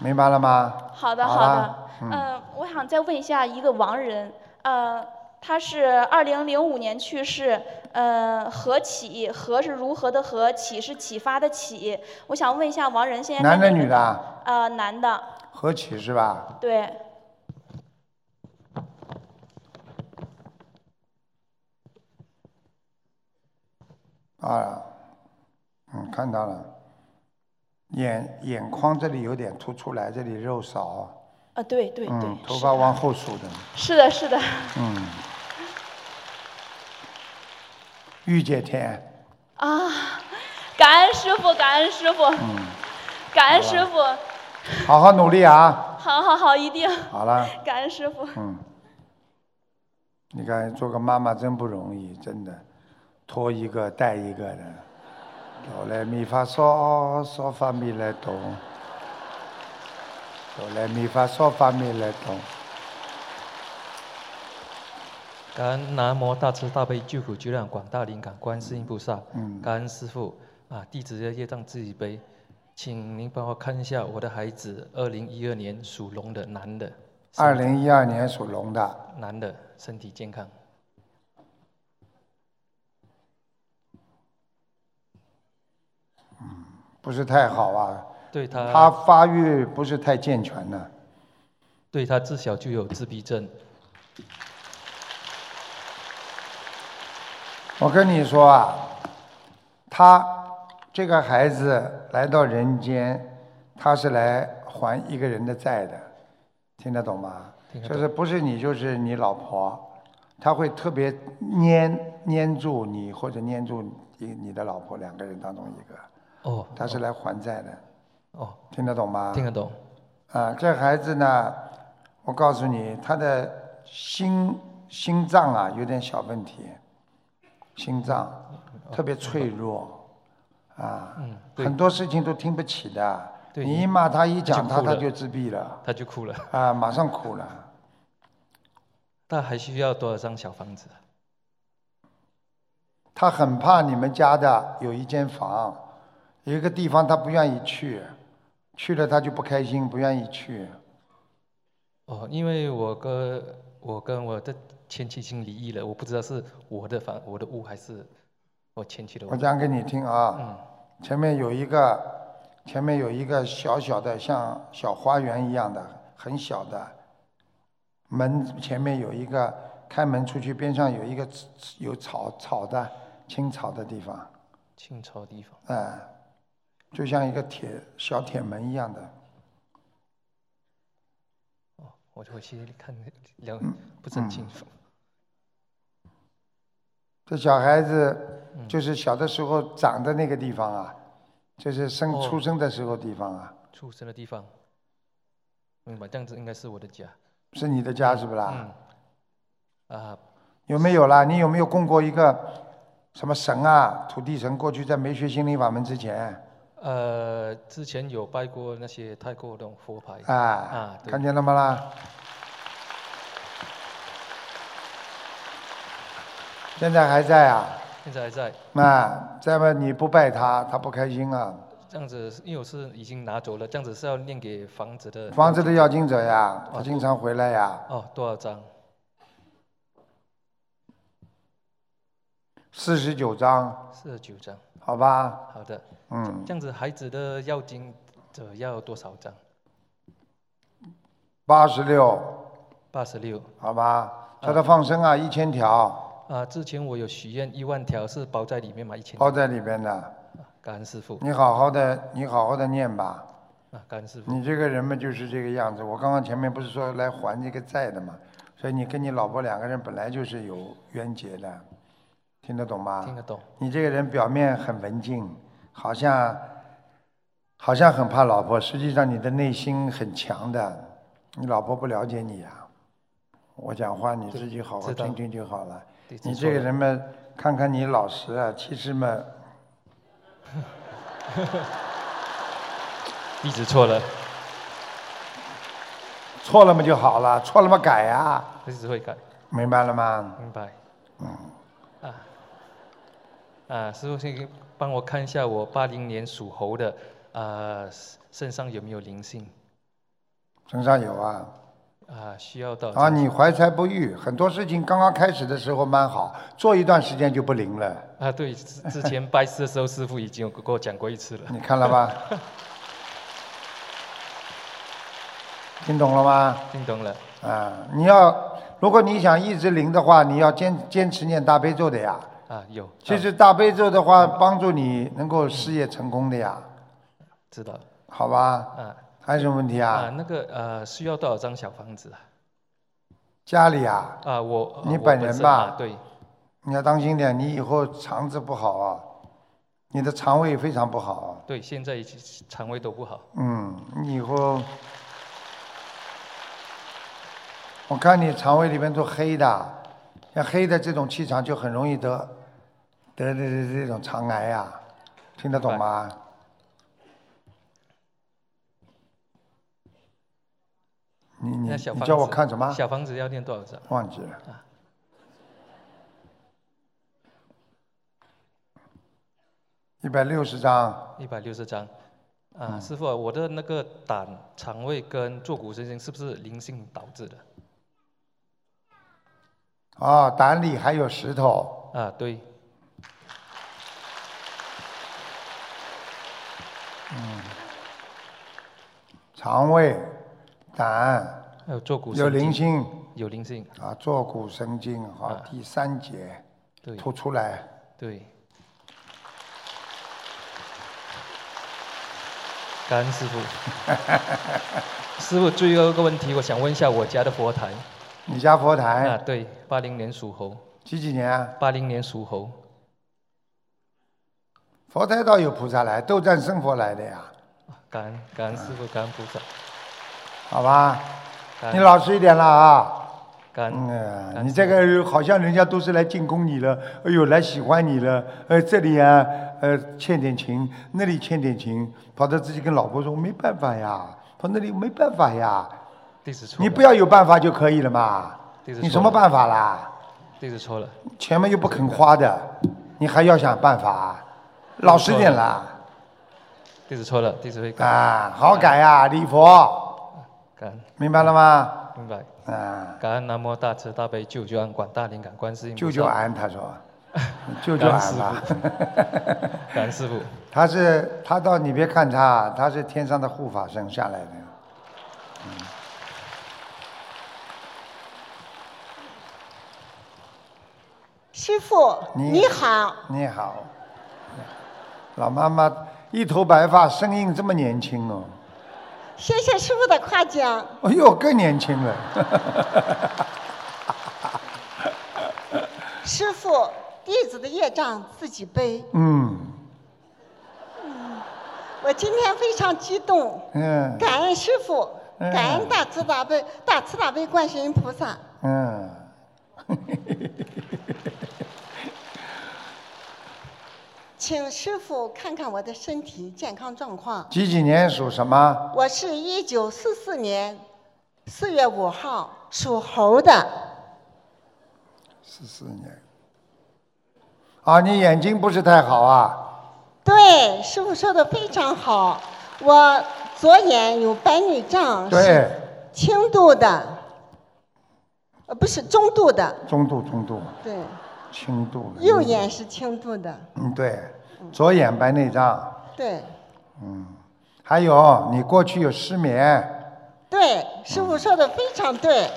[SPEAKER 2] 明白了吗？
[SPEAKER 9] 好的，
[SPEAKER 2] 好
[SPEAKER 9] 好
[SPEAKER 2] 了
[SPEAKER 9] 的。
[SPEAKER 2] 嗯
[SPEAKER 9] 嗯、我想再问一下一个亡人，呃，他是二零零五年去世，呃，何启，何是如何的何，启是启发的启。我想问一下亡人现在在
[SPEAKER 2] 男的
[SPEAKER 9] 哪个
[SPEAKER 2] 女的？啊？
[SPEAKER 9] 呃，男的，
[SPEAKER 2] 何启是吧？
[SPEAKER 9] 对，
[SPEAKER 2] 啊，嗯，看到了，眼眼眶这里有点凸出来，这里肉少，啊
[SPEAKER 9] 呃，对对对，
[SPEAKER 2] 嗯，头发往后梳的，
[SPEAKER 9] 是的，是的，
[SPEAKER 2] 嗯，玉界天。
[SPEAKER 9] 啊，感恩师傅，感恩师傅，
[SPEAKER 2] 嗯
[SPEAKER 9] 感恩师傅，
[SPEAKER 2] 好好努力啊！
[SPEAKER 9] 好好好，一定，
[SPEAKER 2] 好了，
[SPEAKER 9] 感恩师傅。
[SPEAKER 2] 嗯，你看做个妈妈真不容易，真的，拖一个带一个的，哆来咪发嗦嗦发咪来哆，哆来咪发嗦发咪来哆。
[SPEAKER 10] 感恩南无大慈大悲救苦救难广大灵感观世音菩萨，
[SPEAKER 2] 嗯
[SPEAKER 10] 感恩师父啊，弟子要业障自己背，请您帮我看一下我的孩子，二零一二年属龙的男的，
[SPEAKER 2] 二零一二年属龙的，
[SPEAKER 10] 男的身体健康，
[SPEAKER 2] 不是太好啊，
[SPEAKER 10] 对他
[SPEAKER 2] 他发育不是太健全呢。
[SPEAKER 10] 对他自小就有自闭症。
[SPEAKER 2] 我跟你说啊，他这个孩子来到人间，他是来还一个人的债的，听得懂吗？
[SPEAKER 10] 听得
[SPEAKER 2] 就
[SPEAKER 10] 懂
[SPEAKER 2] 是不是你就是你老婆，他会特别粘粘住你或者粘住你你的老婆两个人当中一个，
[SPEAKER 10] 哦
[SPEAKER 2] 他是来还债的，
[SPEAKER 10] 哦，
[SPEAKER 2] 听得懂吗？
[SPEAKER 10] 听得懂。
[SPEAKER 2] 啊，这孩子呢，我告诉你，他的心心脏啊有点小问题，心脏特别脆弱，啊，
[SPEAKER 10] 嗯对
[SPEAKER 2] 很多事情都听不起的。
[SPEAKER 10] 对
[SPEAKER 2] 你一骂他一讲他，
[SPEAKER 10] 就哭
[SPEAKER 2] 他
[SPEAKER 10] 了
[SPEAKER 2] 就自闭了，
[SPEAKER 10] 他就哭了。
[SPEAKER 2] 啊，马上哭了。
[SPEAKER 10] 他还需要多少张小房子？啊
[SPEAKER 2] 他很怕你们家的有一间房，有一个地方他不愿意去，去了他就不开心，不愿意去。
[SPEAKER 10] 哦，因为我跟我跟我的前妻已经离异了，我不知道是我的房、我的屋还是我前妻的屋。
[SPEAKER 2] 我讲给你听啊，
[SPEAKER 10] 嗯
[SPEAKER 2] 前面有一个，前面有一个小小的像小花园一样的，很小的门，前面有一个开门出去，边上有一个有草草的青草的地方，
[SPEAKER 10] 清朝地方。
[SPEAKER 2] 哎、就像一个铁小铁门一样的。
[SPEAKER 10] 我就回去看了，
[SPEAKER 2] 嗯
[SPEAKER 10] 不是很清楚。
[SPEAKER 2] 这小孩子
[SPEAKER 10] 嗯
[SPEAKER 2] 就是小的时候长的那个地方啊，就是生
[SPEAKER 10] 哦
[SPEAKER 2] 出生的时候地方啊，
[SPEAKER 10] 出生的地方，明白？这样子应该是我的家。
[SPEAKER 2] 是你的家是不啦？
[SPEAKER 10] 嗯啊，
[SPEAKER 2] 有没有啦？你有没有供过一个什么神啊？土地神？过去在没学心灵法门之
[SPEAKER 10] 哎
[SPEAKER 2] 前，
[SPEAKER 10] 呃，之前有拜过那些泰国那种佛牌
[SPEAKER 2] 啊，
[SPEAKER 10] 啊，对
[SPEAKER 2] 看见了吗啦？现在还在啊？
[SPEAKER 10] 现在还在嗯
[SPEAKER 2] 那再问你不拜他，他不开心啊。
[SPEAKER 10] 这样子，因为我是已经拿走了，这样子是要念给房子的
[SPEAKER 2] 房子的要经者呀，他经常回来呀。
[SPEAKER 10] 哦，多少张？
[SPEAKER 2] 四十九章，
[SPEAKER 10] 四十九张。
[SPEAKER 2] 好吧？
[SPEAKER 10] 好的，
[SPEAKER 2] 嗯
[SPEAKER 10] 这样子孩子的要经者要多少张？
[SPEAKER 2] 八十六，
[SPEAKER 10] 八十六
[SPEAKER 2] 好吧？叫他放生啊，一千条
[SPEAKER 10] 啊！之前我有许愿一万条，是包在里面嘛，一千。
[SPEAKER 2] 包在里边的。
[SPEAKER 10] 感恩师傅。
[SPEAKER 2] 你好好的，你好好的念吧。
[SPEAKER 10] 啊，感恩师傅。
[SPEAKER 2] 你这个人嘛，就是这个样子。我刚刚前面不是说来还这个债的嘛，所以你跟你老婆两个人本来就是有冤结的，听得懂吗？
[SPEAKER 10] 听得懂。
[SPEAKER 2] 你这个人表面很文静，好像好像很怕老婆，实际上你的内心很强的。你老婆不了解你啊，我讲话你自己好好
[SPEAKER 10] 知道
[SPEAKER 2] 听听就好了。
[SPEAKER 10] 对知
[SPEAKER 2] 你
[SPEAKER 10] 错
[SPEAKER 2] 这个
[SPEAKER 10] 了
[SPEAKER 2] 人嘛，看看你老实啊，其实嘛，
[SPEAKER 10] 地址错了，
[SPEAKER 2] 错了嘛就好了，错了嘛改呀、
[SPEAKER 10] 地址会改，
[SPEAKER 2] 明白了吗？
[SPEAKER 10] 明白。
[SPEAKER 2] 嗯。
[SPEAKER 10] 啊啊，师傅，先帮我看一下我八零年属猴的，啊，身上有没有灵性？
[SPEAKER 2] 身上有啊。
[SPEAKER 10] 啊，需要到
[SPEAKER 2] 啊，你怀才不遇，很多事情刚刚开始的时候蛮好，做一段时间就不灵了，
[SPEAKER 10] 啊，对，之之前拜师的时候，师傅已经有跟我讲过一次了。
[SPEAKER 2] 你看了
[SPEAKER 10] <laughs>
[SPEAKER 2] 吧？听懂了吗？
[SPEAKER 10] 听懂了，
[SPEAKER 2] 啊，你要如果你想一直灵的话，你要坚坚持念大悲咒的呀。
[SPEAKER 10] 啊，有，
[SPEAKER 2] 其实大悲咒的话，帮助你能够事业成功的呀，
[SPEAKER 10] 知道。
[SPEAKER 2] 好吧？
[SPEAKER 10] 啊
[SPEAKER 2] 还有什么问题啊？
[SPEAKER 10] 啊，那个呃，需要多少张小房子啊？
[SPEAKER 2] 家里啊，
[SPEAKER 10] 啊，我呃
[SPEAKER 2] 你
[SPEAKER 10] 我
[SPEAKER 2] 本人
[SPEAKER 10] 身
[SPEAKER 2] 吧
[SPEAKER 10] 啊对，
[SPEAKER 2] 你要当心点，你以后肠子不好啊，你的肠胃非常不好啊。
[SPEAKER 10] 对，现在已经肠胃都不好。
[SPEAKER 2] 嗯，你以后，我看你肠胃里面都黑的，像黑的这种气场就很容易得得这这这种肠癌呀、听得懂吗？你你
[SPEAKER 10] 那小
[SPEAKER 2] 你
[SPEAKER 10] 房
[SPEAKER 2] 叫我
[SPEAKER 10] 子
[SPEAKER 2] 看什么？
[SPEAKER 10] 小房子要念多少张？
[SPEAKER 2] 忘记了。一百六十张，
[SPEAKER 10] 一百六十张。
[SPEAKER 2] 嗯
[SPEAKER 10] 啊，师傅啊、我的那个胆、肠胃跟坐骨神经是不是灵性导致的？
[SPEAKER 2] 啊，胆里还有石头。
[SPEAKER 10] 啊，对，
[SPEAKER 2] 嗯，肠胃、胆，
[SPEAKER 10] 还有坐骨
[SPEAKER 2] 有
[SPEAKER 10] 神经
[SPEAKER 2] 灵性
[SPEAKER 10] 有灵性，
[SPEAKER 2] 啊，坐骨神经啊，第三节
[SPEAKER 10] 对
[SPEAKER 2] 突出来，
[SPEAKER 10] 对。感恩
[SPEAKER 2] <laughs>
[SPEAKER 10] 师傅。师傅，最后一个问题，我想问一下我家的佛台。
[SPEAKER 2] 你家佛台
[SPEAKER 10] 啊，对，八零年属猴。
[SPEAKER 2] 几几年啊？
[SPEAKER 10] 八零年属猴。
[SPEAKER 2] 佛台倒有菩萨来，斗战胜佛来的呀，
[SPEAKER 10] 感恩感恩师傅，感恩菩萨。
[SPEAKER 2] 好吧？
[SPEAKER 10] 感
[SPEAKER 2] 你
[SPEAKER 10] 恩
[SPEAKER 2] 老实一点了啊！
[SPEAKER 10] 感
[SPEAKER 2] 恩、你这个好像人家都是来进攻你了，哎呦，来喜欢你了，呃，这里啊，呃，欠点情，那里欠点情，跑到自己跟老婆说没办法呀，跑那里没办法呀，
[SPEAKER 10] 弟子错了。
[SPEAKER 2] 你不要有办法就可以了嘛，
[SPEAKER 10] 弟子
[SPEAKER 2] 你
[SPEAKER 10] 错
[SPEAKER 2] 什么
[SPEAKER 10] 了
[SPEAKER 2] 办法啦？
[SPEAKER 10] 弟子错了。
[SPEAKER 2] 钱嘛又不肯花的，你还要想办法，老实点啦，
[SPEAKER 10] 弟子错了，弟子会改。
[SPEAKER 2] 啊，好改呀、礼佛，
[SPEAKER 10] 感恩。
[SPEAKER 2] 明白了吗？
[SPEAKER 10] 明白。
[SPEAKER 2] 啊。
[SPEAKER 10] 感恩南无大慈大悲救救恩广大灵感观世音
[SPEAKER 2] 救
[SPEAKER 10] 菩萨。
[SPEAKER 2] 救俺，他
[SPEAKER 10] <laughs>
[SPEAKER 2] 说，救救俺吧。
[SPEAKER 10] 感恩师傅。
[SPEAKER 2] 他是他到你别看他，他是天上的护法神下来的。
[SPEAKER 11] 师傅，
[SPEAKER 2] 你
[SPEAKER 11] 你好，
[SPEAKER 2] 你好，老妈妈一头白发，声音这么年轻哦，
[SPEAKER 11] 谢谢师傅的夸奖。
[SPEAKER 2] 哎呦，更年轻了。 <laughs>
[SPEAKER 11] 师傅，弟子的业障自己背。
[SPEAKER 2] 嗯
[SPEAKER 11] 我今天非常激动，
[SPEAKER 2] 嗯
[SPEAKER 11] 感恩师傅，
[SPEAKER 2] 嗯
[SPEAKER 11] 感恩大慈大悲大慈大悲观世音菩萨。
[SPEAKER 2] 嗯，
[SPEAKER 11] 请师傅看看我的身体健康状况。
[SPEAKER 2] 几几年属什么？
[SPEAKER 11] 我是一九四四年四月五号属猴的，
[SPEAKER 2] 四四年。啊，你眼睛不是太好啊，
[SPEAKER 11] 对，师傅说的非常好。我左眼有白内障，
[SPEAKER 2] 对，，
[SPEAKER 11] 轻度的，呃，不是中度的，
[SPEAKER 2] 中度中度，
[SPEAKER 11] 对，
[SPEAKER 2] 轻度。
[SPEAKER 11] 右眼是轻度的，
[SPEAKER 2] 嗯，对，左眼白内障，
[SPEAKER 11] 对
[SPEAKER 2] 嗯，还有你过去有失眠，
[SPEAKER 11] 对，师傅说的非常对，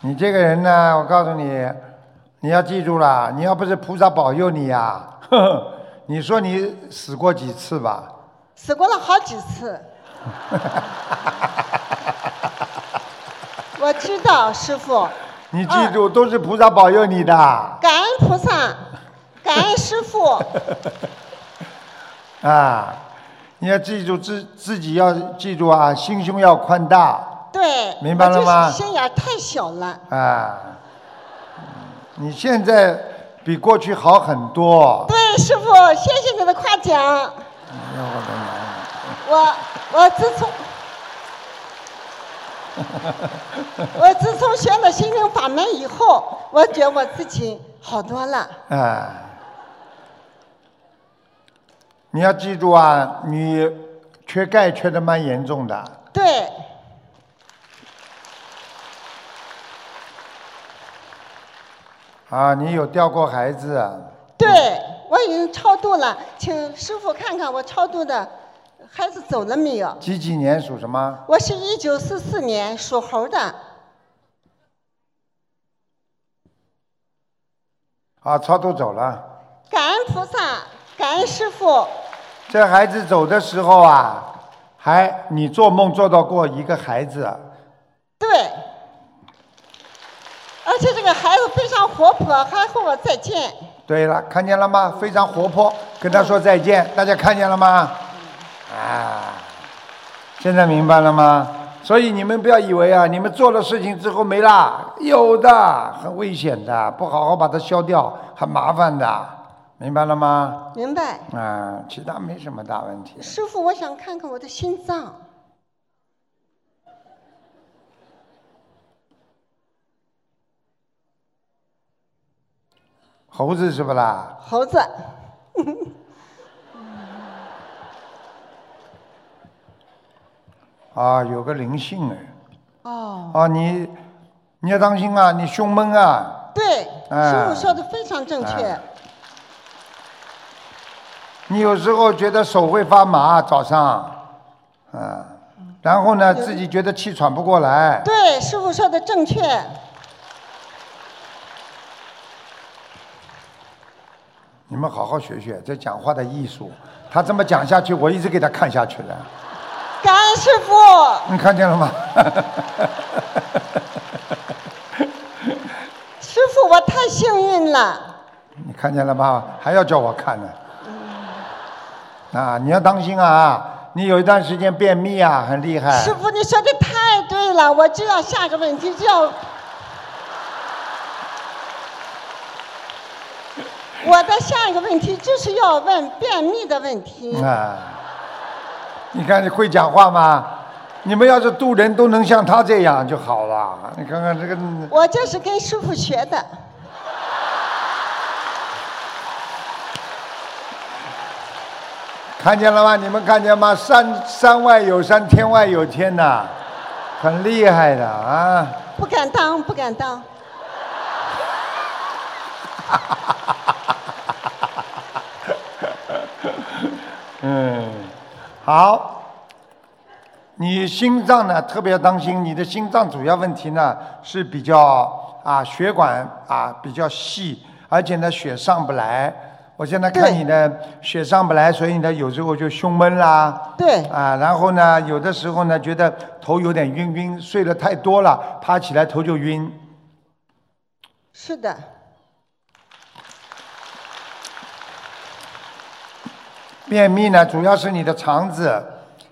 [SPEAKER 2] 你这个人呢，我告诉你，你要记住了，你要不是菩萨保佑你呀、呵呵，你说你死过几次吧？
[SPEAKER 11] 死过了好几次。
[SPEAKER 2] <laughs>
[SPEAKER 11] 我知道，师傅，
[SPEAKER 2] 你记住，都是菩萨保佑你的
[SPEAKER 11] 感恩菩萨，感恩师傅，
[SPEAKER 2] 啊！你要记住自自己要记住啊，心胸要宽大
[SPEAKER 11] 对，
[SPEAKER 2] 明白了吗
[SPEAKER 11] 我就是心眼儿太小了。
[SPEAKER 2] 啊！嗯你现在比过去好很多。
[SPEAKER 11] 对，师傅，谢谢你的夸奖。
[SPEAKER 2] 要哎我的妈呀
[SPEAKER 11] 我我自
[SPEAKER 2] <laughs>
[SPEAKER 11] 从我自从学了心灵法门以后，我觉得我自己好多了。
[SPEAKER 2] 哎，你要记住啊，你缺钙缺的蛮严重的，
[SPEAKER 11] 对，
[SPEAKER 2] 啊，你有掉过孩子，啊
[SPEAKER 11] 对我已经超度了，请师傅看看我超度的孩子走了没有？
[SPEAKER 2] 几几年属什么？
[SPEAKER 11] 我是一九四四年属猴的，
[SPEAKER 2] 啊，超度走了。
[SPEAKER 11] 感恩菩萨，感恩师傅。
[SPEAKER 2] 这孩子走的时候啊，还你做梦做到过一个孩子，啊
[SPEAKER 11] 对，而且这个孩子非常活泼，还和我再见。
[SPEAKER 2] 对了，看见了吗？非常活泼，跟他说再见，大家看见了吗？啊，现在明白了吗？所以你们不要以为啊，你们做了事情之后没啦，有的，很危险的，不好好把它消掉，很麻烦的，明白了吗？
[SPEAKER 11] 明白，
[SPEAKER 2] 啊，其他没什么大问题。
[SPEAKER 11] 师傅，我想看看我的心脏。
[SPEAKER 2] 猴子是不啦？
[SPEAKER 11] 猴子，
[SPEAKER 2] 啊，有个灵性哎，
[SPEAKER 11] 哦，
[SPEAKER 2] 啊，你你要当心啊，你胸闷啊，
[SPEAKER 11] 对，
[SPEAKER 2] 哎
[SPEAKER 11] 师傅说的非常正确
[SPEAKER 2] 哎。你有时候觉得手会发麻，啊早上，嗯，然后呢，自己觉得气喘不过来，
[SPEAKER 11] 对，师傅说的正确。
[SPEAKER 2] 你们好好学学这讲话的艺术。他这么讲下去，我一直给他看下去了。
[SPEAKER 11] 感恩师傅，
[SPEAKER 2] 你看见了吗？
[SPEAKER 11] 师傅我太幸运了。
[SPEAKER 2] 你看见了吧？还要叫我看呢。啊，你要当心啊！你有一段时间便秘啊，很厉害。
[SPEAKER 11] 师傅你说的太对了，我就要下个问题就要。我的下一个问题就是要问便秘的问题。
[SPEAKER 2] 啊，你看你会讲话吗？你们要是渡人都能像他这样就好了。你看看这个，
[SPEAKER 11] 我这是跟师傅学的。
[SPEAKER 2] 看见了吗？你们看见吗？山山外有山，天外有天呐、很厉害的啊！
[SPEAKER 11] 不敢当，不敢当。
[SPEAKER 2] 嗯，好。你心脏呢，特别要当心，你的心脏主要问题呢是比较啊血管啊比较细，而且呢血上不来。我现在看你的血上不来，所以呢有时候就胸闷啦。
[SPEAKER 11] 对。
[SPEAKER 2] 啊，然后呢有的时候呢觉得头有点晕晕，睡得太多了，趴起来头就晕。
[SPEAKER 11] 是的，
[SPEAKER 2] 便秘呢，主要是你的肠子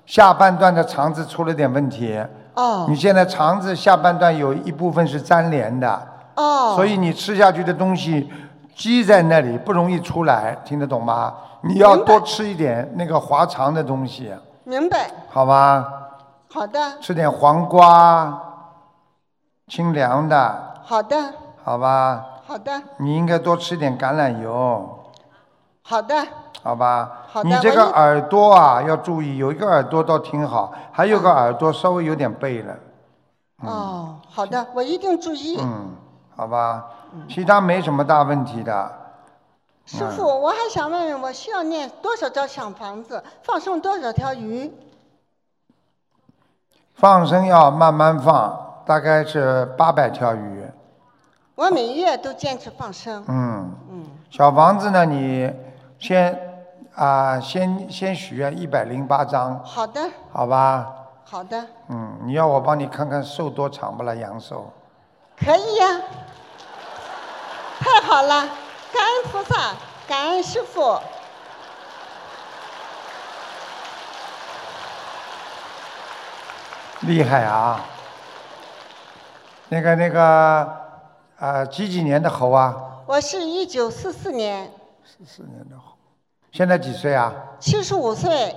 [SPEAKER 2] 下半段的肠子出了点问题。
[SPEAKER 11] 哦
[SPEAKER 2] 你现在肠子下半段有一部分是粘连的，
[SPEAKER 11] 哦。
[SPEAKER 2] 所以你吃下去的东西积在那里，不容易出来，听得懂吗？你要
[SPEAKER 11] 明白
[SPEAKER 2] 多吃一点那个滑肠的东西，
[SPEAKER 11] 明白，
[SPEAKER 2] 好吧？
[SPEAKER 11] 好的，
[SPEAKER 2] 吃点黄瓜，清凉的，
[SPEAKER 11] 好的，
[SPEAKER 2] 好吧？
[SPEAKER 11] 好的，
[SPEAKER 2] 你应该多吃点橄榄油，
[SPEAKER 11] 好的，
[SPEAKER 2] 好吧？
[SPEAKER 11] 好的
[SPEAKER 2] 你这
[SPEAKER 11] 我
[SPEAKER 2] 个
[SPEAKER 11] 一
[SPEAKER 2] 耳朵啊要注意，有一个耳朵倒挺好，还有
[SPEAKER 11] 嗯
[SPEAKER 2] 个耳朵稍微有点背了。
[SPEAKER 11] 哦，好的，我一定注意。
[SPEAKER 2] 嗯，好吧，其他没什么大问题的。嗯
[SPEAKER 11] 师傅，我还想问问，我需要念多少张小房子，放生多少条鱼？
[SPEAKER 2] 放生要慢慢放，大概是八百条鱼。
[SPEAKER 11] 我每月都坚持放生。
[SPEAKER 2] 嗯，小房子呢，你先啊、先先许愿一百零八张，
[SPEAKER 11] 好的，
[SPEAKER 2] 好吧？
[SPEAKER 11] 好的，
[SPEAKER 2] 嗯，你要我帮你看看寿多长不啦？阳寿。
[SPEAKER 11] 可以呀、太好了，感恩菩萨，感恩师傅。
[SPEAKER 2] 厉害啊！那个那个，啊，几几年的猴啊？
[SPEAKER 11] 我是一九四四年，
[SPEAKER 2] 四四年的猴，现在几岁啊？
[SPEAKER 11] 七十五岁，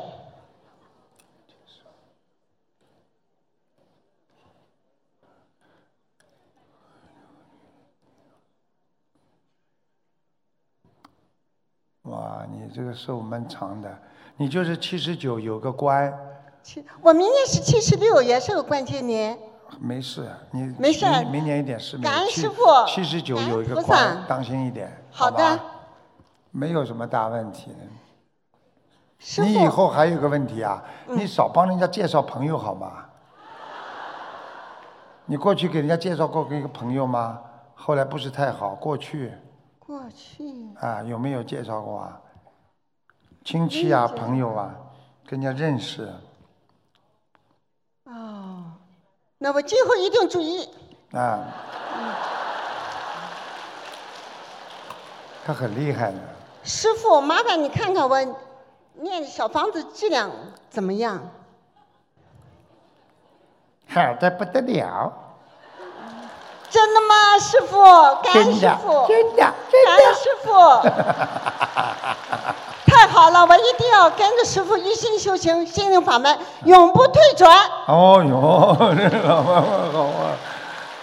[SPEAKER 2] 哇，你这个寿蛮长的，你就是七十九有个官，
[SPEAKER 11] 七，我明年是七十六，也是个关键年。
[SPEAKER 2] 没事，你
[SPEAKER 11] 没事
[SPEAKER 2] 明明年一点事没有。
[SPEAKER 11] 感恩师傅
[SPEAKER 2] 七十九有一个
[SPEAKER 11] 感恩菩
[SPEAKER 2] 官
[SPEAKER 11] 萨，
[SPEAKER 2] 当心一点。
[SPEAKER 11] 好的
[SPEAKER 2] 吧，没有什么大问题。
[SPEAKER 11] 师嗯
[SPEAKER 2] 你以
[SPEAKER 11] 傅，
[SPEAKER 2] 后还有个问题啊，你少帮人家介绍朋友好吗？你过去给人家介绍过一个朋友吗？后来不是太好，过去
[SPEAKER 11] 过去
[SPEAKER 2] 啊有没有介绍过啊？亲戚啊，朋友啊，跟人家认识。
[SPEAKER 11] 哦，那我今后一定注意。
[SPEAKER 2] 啊，他很厉害的。
[SPEAKER 11] 师傅，麻烦你看看我念小房子质量怎么样？
[SPEAKER 2] 好的不得了， <laughs>
[SPEAKER 11] 真的吗，师傅？感恩
[SPEAKER 2] 真的
[SPEAKER 11] 师傅，
[SPEAKER 2] 真的，
[SPEAKER 11] 感恩师
[SPEAKER 2] <laughs>
[SPEAKER 11] 傅，太好了！我一定要跟着师傅一心修行，心灵法门永不退转。
[SPEAKER 2] 哦哟，这老妈妈好啊！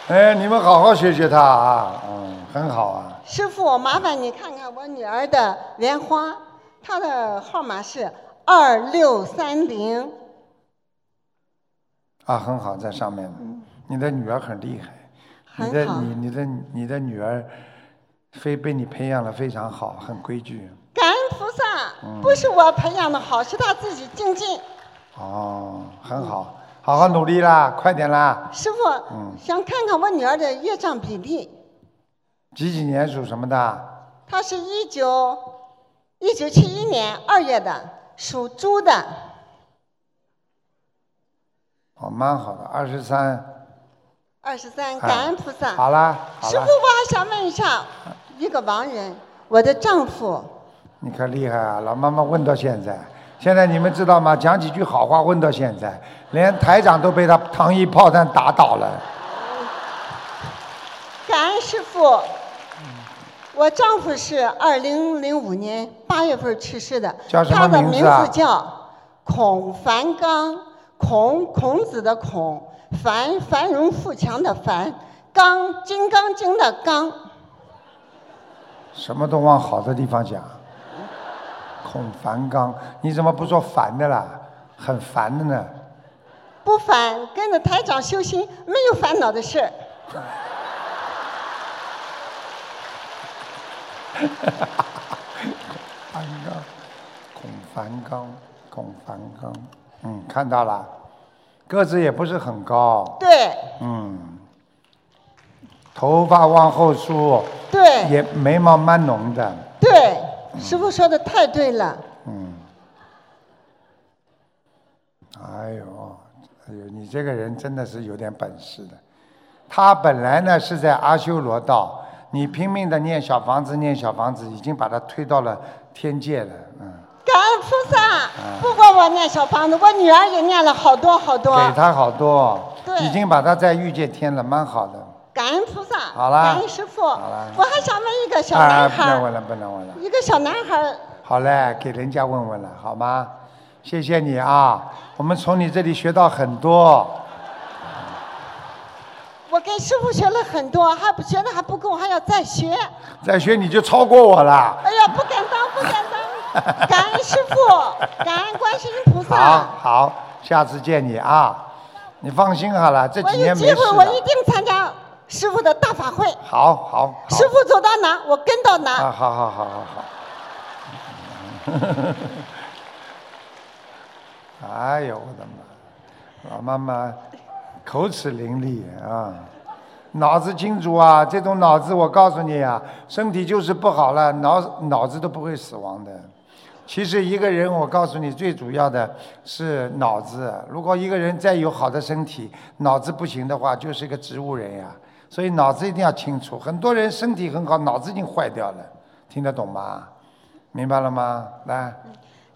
[SPEAKER 2] 哎，你们好好学学他啊，嗯，很好啊。
[SPEAKER 11] 师傅，麻烦你看看我女儿的莲花，她的号码是二六三零。
[SPEAKER 2] 啊，很好，在上面呢。你的女儿很厉害，你
[SPEAKER 11] 很
[SPEAKER 2] 的
[SPEAKER 11] 好
[SPEAKER 2] 你你的你的女儿，非被你培养了非常好，很规矩。
[SPEAKER 11] 感恩菩萨，
[SPEAKER 2] 嗯
[SPEAKER 11] 不是我培养的好，是他自己精进。
[SPEAKER 2] 哦，很好，好好努力啦，快点啦。
[SPEAKER 11] 师傅，
[SPEAKER 2] 嗯，
[SPEAKER 11] 想看看我女儿的业障比例，
[SPEAKER 2] 几几年属什么的？
[SPEAKER 11] 她是一九一九七一年二月的，属猪的。
[SPEAKER 2] 哦，蛮好的，二十三。
[SPEAKER 11] 二十三，感恩菩萨。
[SPEAKER 2] 哎好啦，好
[SPEAKER 11] 啊师
[SPEAKER 2] 啦
[SPEAKER 11] 傅，，我还想问一下，一个亡人，我的丈夫，
[SPEAKER 2] 你可厉害啊，老妈妈问到现在。现在你们知道吗？讲几句好话问到现在，连台长都被他糖衣炮弹打倒了。
[SPEAKER 11] 感恩师傅。我丈夫是二零零五年八月份去世的，
[SPEAKER 2] 叫什么
[SPEAKER 11] 他的
[SPEAKER 2] 名
[SPEAKER 11] 名
[SPEAKER 2] 字啊
[SPEAKER 11] 字叫孔繁刚，孔孔子的孔，繁繁荣富强的繁，刚《金刚经》的刚。
[SPEAKER 2] 什么都往好的地方讲。孔繁刚，你怎么不说烦的啦？很烦的呢。
[SPEAKER 11] 不烦，跟着台长修心，没有烦恼的事儿。
[SPEAKER 2] 繁刚，哎孔繁刚，孔繁刚，嗯，看到了，个子也不是很高，
[SPEAKER 11] 对
[SPEAKER 2] 嗯，头发往后梳，
[SPEAKER 11] 对
[SPEAKER 2] 也眉毛蛮浓的，
[SPEAKER 11] 对，师傅说的太对了。
[SPEAKER 2] 嗯，哎呦，哎呦，你这个人真的是有点本事的。他本来呢是在阿修罗道，你拼命的念小房子，念小房子，已经把他推到了天界了，嗯，
[SPEAKER 11] 感恩菩
[SPEAKER 2] 啊
[SPEAKER 11] 萨，不光我念小房子，我女儿也念了好多好多。
[SPEAKER 2] 给他好多，
[SPEAKER 11] 对
[SPEAKER 2] 已经把他在欲界天了，蛮好的。
[SPEAKER 11] 感恩菩萨，
[SPEAKER 2] 好啦
[SPEAKER 11] 感恩师傅。
[SPEAKER 2] 啦
[SPEAKER 11] 我还想问一个小
[SPEAKER 2] 啊，
[SPEAKER 11] 男
[SPEAKER 2] 不
[SPEAKER 11] 孩
[SPEAKER 2] 能
[SPEAKER 11] 儿，
[SPEAKER 2] 问了，不能问了。
[SPEAKER 11] 一个小男孩儿，
[SPEAKER 2] 好嘞，给人家问问了，好吗？谢谢你啊，我们从你这里学到很多。
[SPEAKER 11] 我跟师傅学了很多，还不学的还不够，还要再学。哎
[SPEAKER 2] 再学你就超过我了。
[SPEAKER 11] 哎呀，不敢当，不敢
[SPEAKER 2] <laughs>
[SPEAKER 11] 当。感恩师傅，感恩观世音菩
[SPEAKER 2] 好
[SPEAKER 11] 萨。
[SPEAKER 2] 好，下次见你啊，你放心好了，这
[SPEAKER 11] 我
[SPEAKER 2] 几
[SPEAKER 11] 有
[SPEAKER 2] 年
[SPEAKER 11] 机
[SPEAKER 2] 没
[SPEAKER 11] 会
[SPEAKER 2] 事
[SPEAKER 11] 我
[SPEAKER 2] 了。
[SPEAKER 11] 一定参加师傅的大法会，
[SPEAKER 2] 好好
[SPEAKER 11] 师傅走到哪我跟到哪。
[SPEAKER 2] 啊，好好好好 <laughs> 好。哎呦我的妈！老妈妈口齿伶俐啊，脑子清楚啊，这种脑子我告诉你啊，身体就是不好了，脑脑子都不会死亡的。其实一个人，我告诉你，最主要的是脑子。如果一个人再有好的身体，脑子不行的话，就是一个植物人呀。所以脑子一定要清楚。很多人身体很好，脑子已经坏掉了，听得懂吗？明白了吗？来，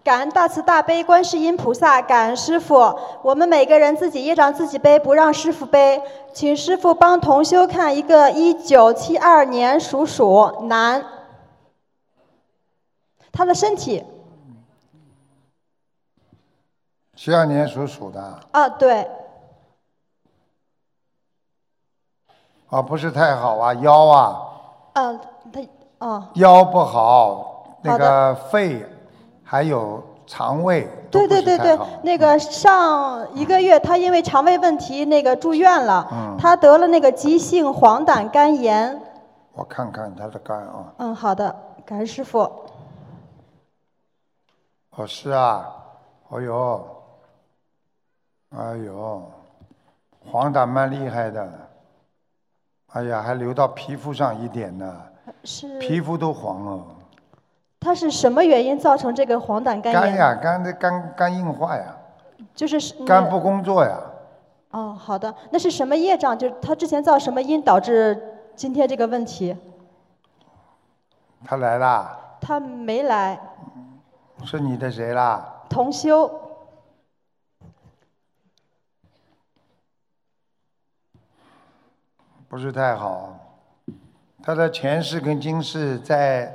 [SPEAKER 12] 感恩大慈大悲观世音菩萨，感恩师傅。我们每个人自己业障自己背，不让师傅背。请师傅帮同修看一个一九七二年属鼠男，他的身体
[SPEAKER 2] 七二年属鼠的，
[SPEAKER 12] 啊，对，
[SPEAKER 2] 哦，不是太好啊，腰啊，
[SPEAKER 12] 嗯、他哦，
[SPEAKER 2] 腰不好，那
[SPEAKER 12] 好
[SPEAKER 2] 个
[SPEAKER 12] 的
[SPEAKER 2] 肺还有肠胃都
[SPEAKER 12] 对
[SPEAKER 2] 不
[SPEAKER 12] 对
[SPEAKER 2] 是
[SPEAKER 12] 对
[SPEAKER 2] 太
[SPEAKER 12] 对
[SPEAKER 2] 好。，
[SPEAKER 12] 那个上一个月他因为肠胃问题那个住院了，
[SPEAKER 2] 嗯
[SPEAKER 12] 他得了那个急性黄疸肝炎。
[SPEAKER 2] 我看看他的肝啊，
[SPEAKER 12] 嗯，好的，感恩师傅。
[SPEAKER 2] 哦是啊，哎呦，哎呦，黄疸蛮厉害的，哎呀，还流到皮肤上一点呢，
[SPEAKER 12] 是
[SPEAKER 2] 皮肤都黄了。
[SPEAKER 12] 它是什么原因造成这个黄疸肝炎？
[SPEAKER 2] 肝呀，肝的肝肝硬化呀，
[SPEAKER 12] 就是是
[SPEAKER 2] 肝不。工作呀，
[SPEAKER 12] 哦，好的，那是什么业障？就是他之前造什么因导致今天这个问题？
[SPEAKER 2] 他来啦，
[SPEAKER 12] 他没来
[SPEAKER 2] 是你的谁啦？
[SPEAKER 12] 同修，
[SPEAKER 2] 不是太好，他的前世跟今世在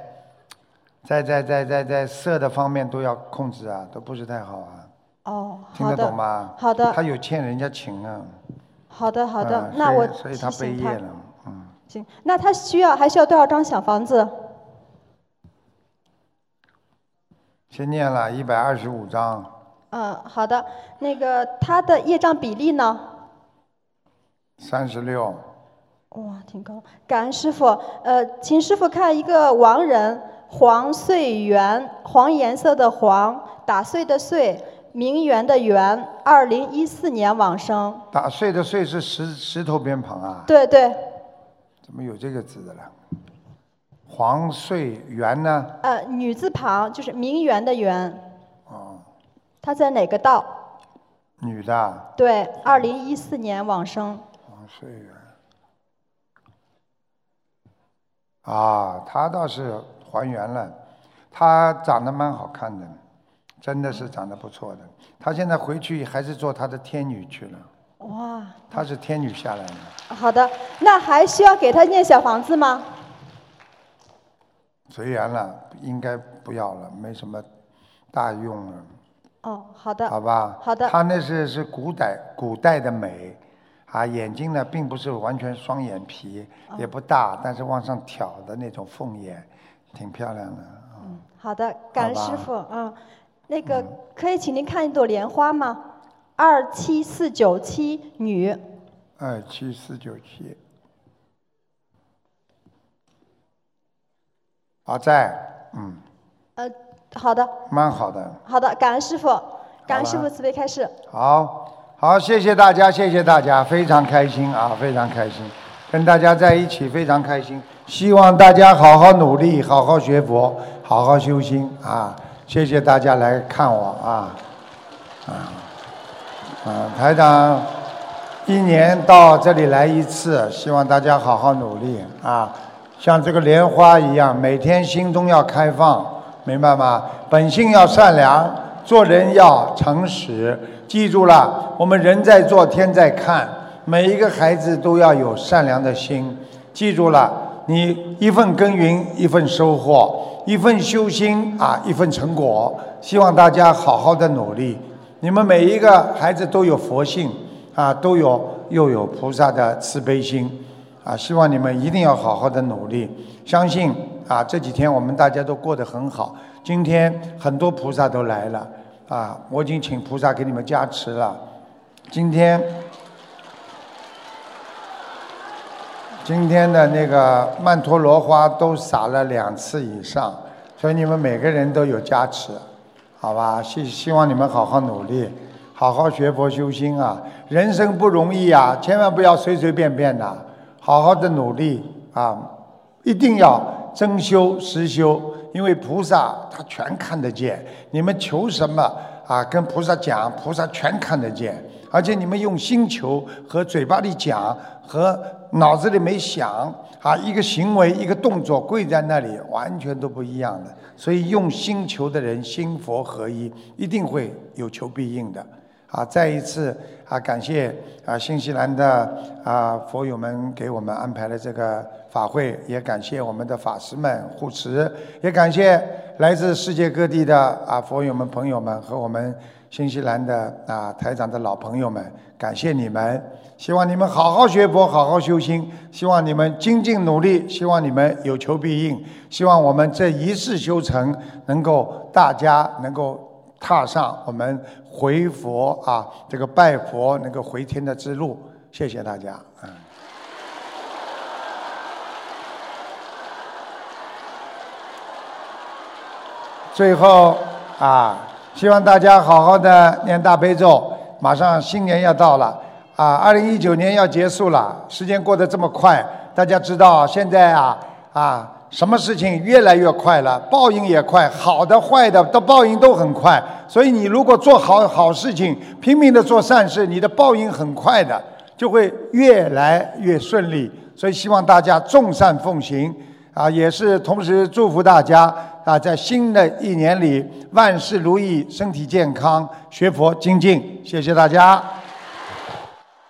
[SPEAKER 2] 在在在在在色的方面都要控制啊，都不是太好啊，
[SPEAKER 12] 哦，
[SPEAKER 2] 听
[SPEAKER 12] 好
[SPEAKER 2] 得
[SPEAKER 12] 的，
[SPEAKER 2] 懂吗？
[SPEAKER 12] 好的
[SPEAKER 2] 他有欠人家情啊。
[SPEAKER 12] 好的，好的，
[SPEAKER 2] 嗯
[SPEAKER 12] 那
[SPEAKER 2] 所以
[SPEAKER 12] 我
[SPEAKER 2] 所以他
[SPEAKER 12] 提
[SPEAKER 2] 背
[SPEAKER 12] 醒
[SPEAKER 2] 业
[SPEAKER 12] 他
[SPEAKER 2] 了，嗯，
[SPEAKER 12] 行，那他需要还需要多少张小房子？
[SPEAKER 2] 先念了一百二十五章，
[SPEAKER 12] 嗯，好的，那个他的业障比例呢？
[SPEAKER 2] 三十六，
[SPEAKER 12] 哇，挺高！感恩师傅，呃，请师傅看一个亡人，黄穗元，黄颜色的黄，打碎的碎，名媛的媛，二零一四年往生。
[SPEAKER 2] 打碎的碎是石石头边旁啊？
[SPEAKER 12] 对对，
[SPEAKER 2] 怎么有这个字的了？黄穗元呢？
[SPEAKER 12] 呃，女字旁就是名媛的媛，
[SPEAKER 2] 哦，
[SPEAKER 12] 她在哪个道？
[SPEAKER 2] 女的啊，
[SPEAKER 12] 对，二零一四年往生。
[SPEAKER 2] 黄穗元。啊，她倒是还原了，她长得蛮好看的，真的是长得不错的。她现在回去还是做她的天女去了，
[SPEAKER 12] 哇，
[SPEAKER 2] 她是天女下来的。
[SPEAKER 12] 好的，那还需要给她念小房子吗？
[SPEAKER 2] 随缘了，应该不要了，没什么大用了，
[SPEAKER 12] 哦，好的，
[SPEAKER 2] 好吧？
[SPEAKER 12] 好的，
[SPEAKER 2] 他那是是古代古代的美，啊，眼睛呢并不是完全双眼皮，
[SPEAKER 12] 哦
[SPEAKER 2] 也不大，但是往上挑的那种凤眼，挺漂亮的。
[SPEAKER 12] 好的，感恩
[SPEAKER 2] 好
[SPEAKER 12] 师
[SPEAKER 2] 吧
[SPEAKER 12] 傅嗯，那个可以请您看一朵莲花吗？二七四九七女，
[SPEAKER 2] 二七四九七。啊，在，嗯，
[SPEAKER 12] 呃，好的，
[SPEAKER 2] 蛮好的，
[SPEAKER 12] 好的，感恩师傅，
[SPEAKER 2] 好
[SPEAKER 12] 感恩
[SPEAKER 2] 吧
[SPEAKER 12] 师傅慈悲开示。
[SPEAKER 2] 好，好，谢谢大家，谢谢大家，非常开心啊，非常开心，跟大家在一起非常开心，希望大家好好努力，好好学佛，好好修心啊，谢谢大家来看我啊，啊，啊，台长。一年到这里来一次，希望大家好好努力啊！像这个莲花一样，每天心中要开放，明白吗？本性要善良，做人要诚实。记住了，我们人在做，天在看。每一个孩子都要有善良的心。记住了，你一份耕耘，一份收获，一份修心啊，一份成果。希望大家好好的努力。你们每一个孩子都有佛性啊，都有又有菩萨的慈悲心啊，希望你们一定要好好的努力，相信啊，这几天我们大家都过得很好，今天很多菩萨都来了啊，我已经请菩萨给你们加持了，今天。今天的那个曼陀罗花都撒了两次以上，所以你们每个人都有加持，好吧？希希望你们好好努力，好好学佛修心啊！人生不容易啊，千万不要随随便便的，好好的努力啊！一定要真修实修，因为菩萨他全看得见，你们求什么啊，跟菩萨讲，菩萨全看得见。而且你们用心求和嘴巴里讲和脑子里没想啊，一个行为一个动作跪在那里完全都不一样的。所以用心求的人，心佛合一，一定会有求必应的。啊，再一次啊，感谢啊新西兰的啊佛友们给我们安排了这个法会，也感谢我们的法师们护持，也感谢来自世界各地的啊佛友们、朋友们和我们新西兰的啊台长的老朋友们，感谢你们！希望你们好好学佛，好好修心，希望你们精进努力，希望你们有求必应，希望我们这一世修成能够大家能够踏上我们回佛啊，这个拜佛能够回天的之路。谢谢大家，嗯。最后啊，希望大家好好的念大悲咒。马上新年要到了啊，二零一九年要结束了，时间过得这么快，大家知道现在啊啊，什么事情越来越快了，报应也快，好的坏的的报应都很快。所以你如果做好好事情，拼命的做善事，你的报应很快的，就会越来越顺利。所以希望大家众善奉行。啊，也是同时祝福大家啊，在新的一年里万事如意，身体健康，学佛精进。谢谢大家。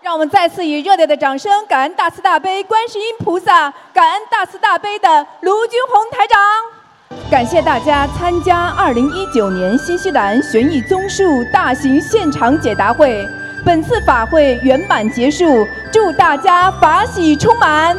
[SPEAKER 1] 让我们再次以热烈的掌声，感恩大慈大悲观世音菩萨，感恩大慈大悲的卢军红台长。感谢大家参加二零一九年新西兰悬疑综述大型现场解答会，本次法会圆满结束，祝大家法喜充满。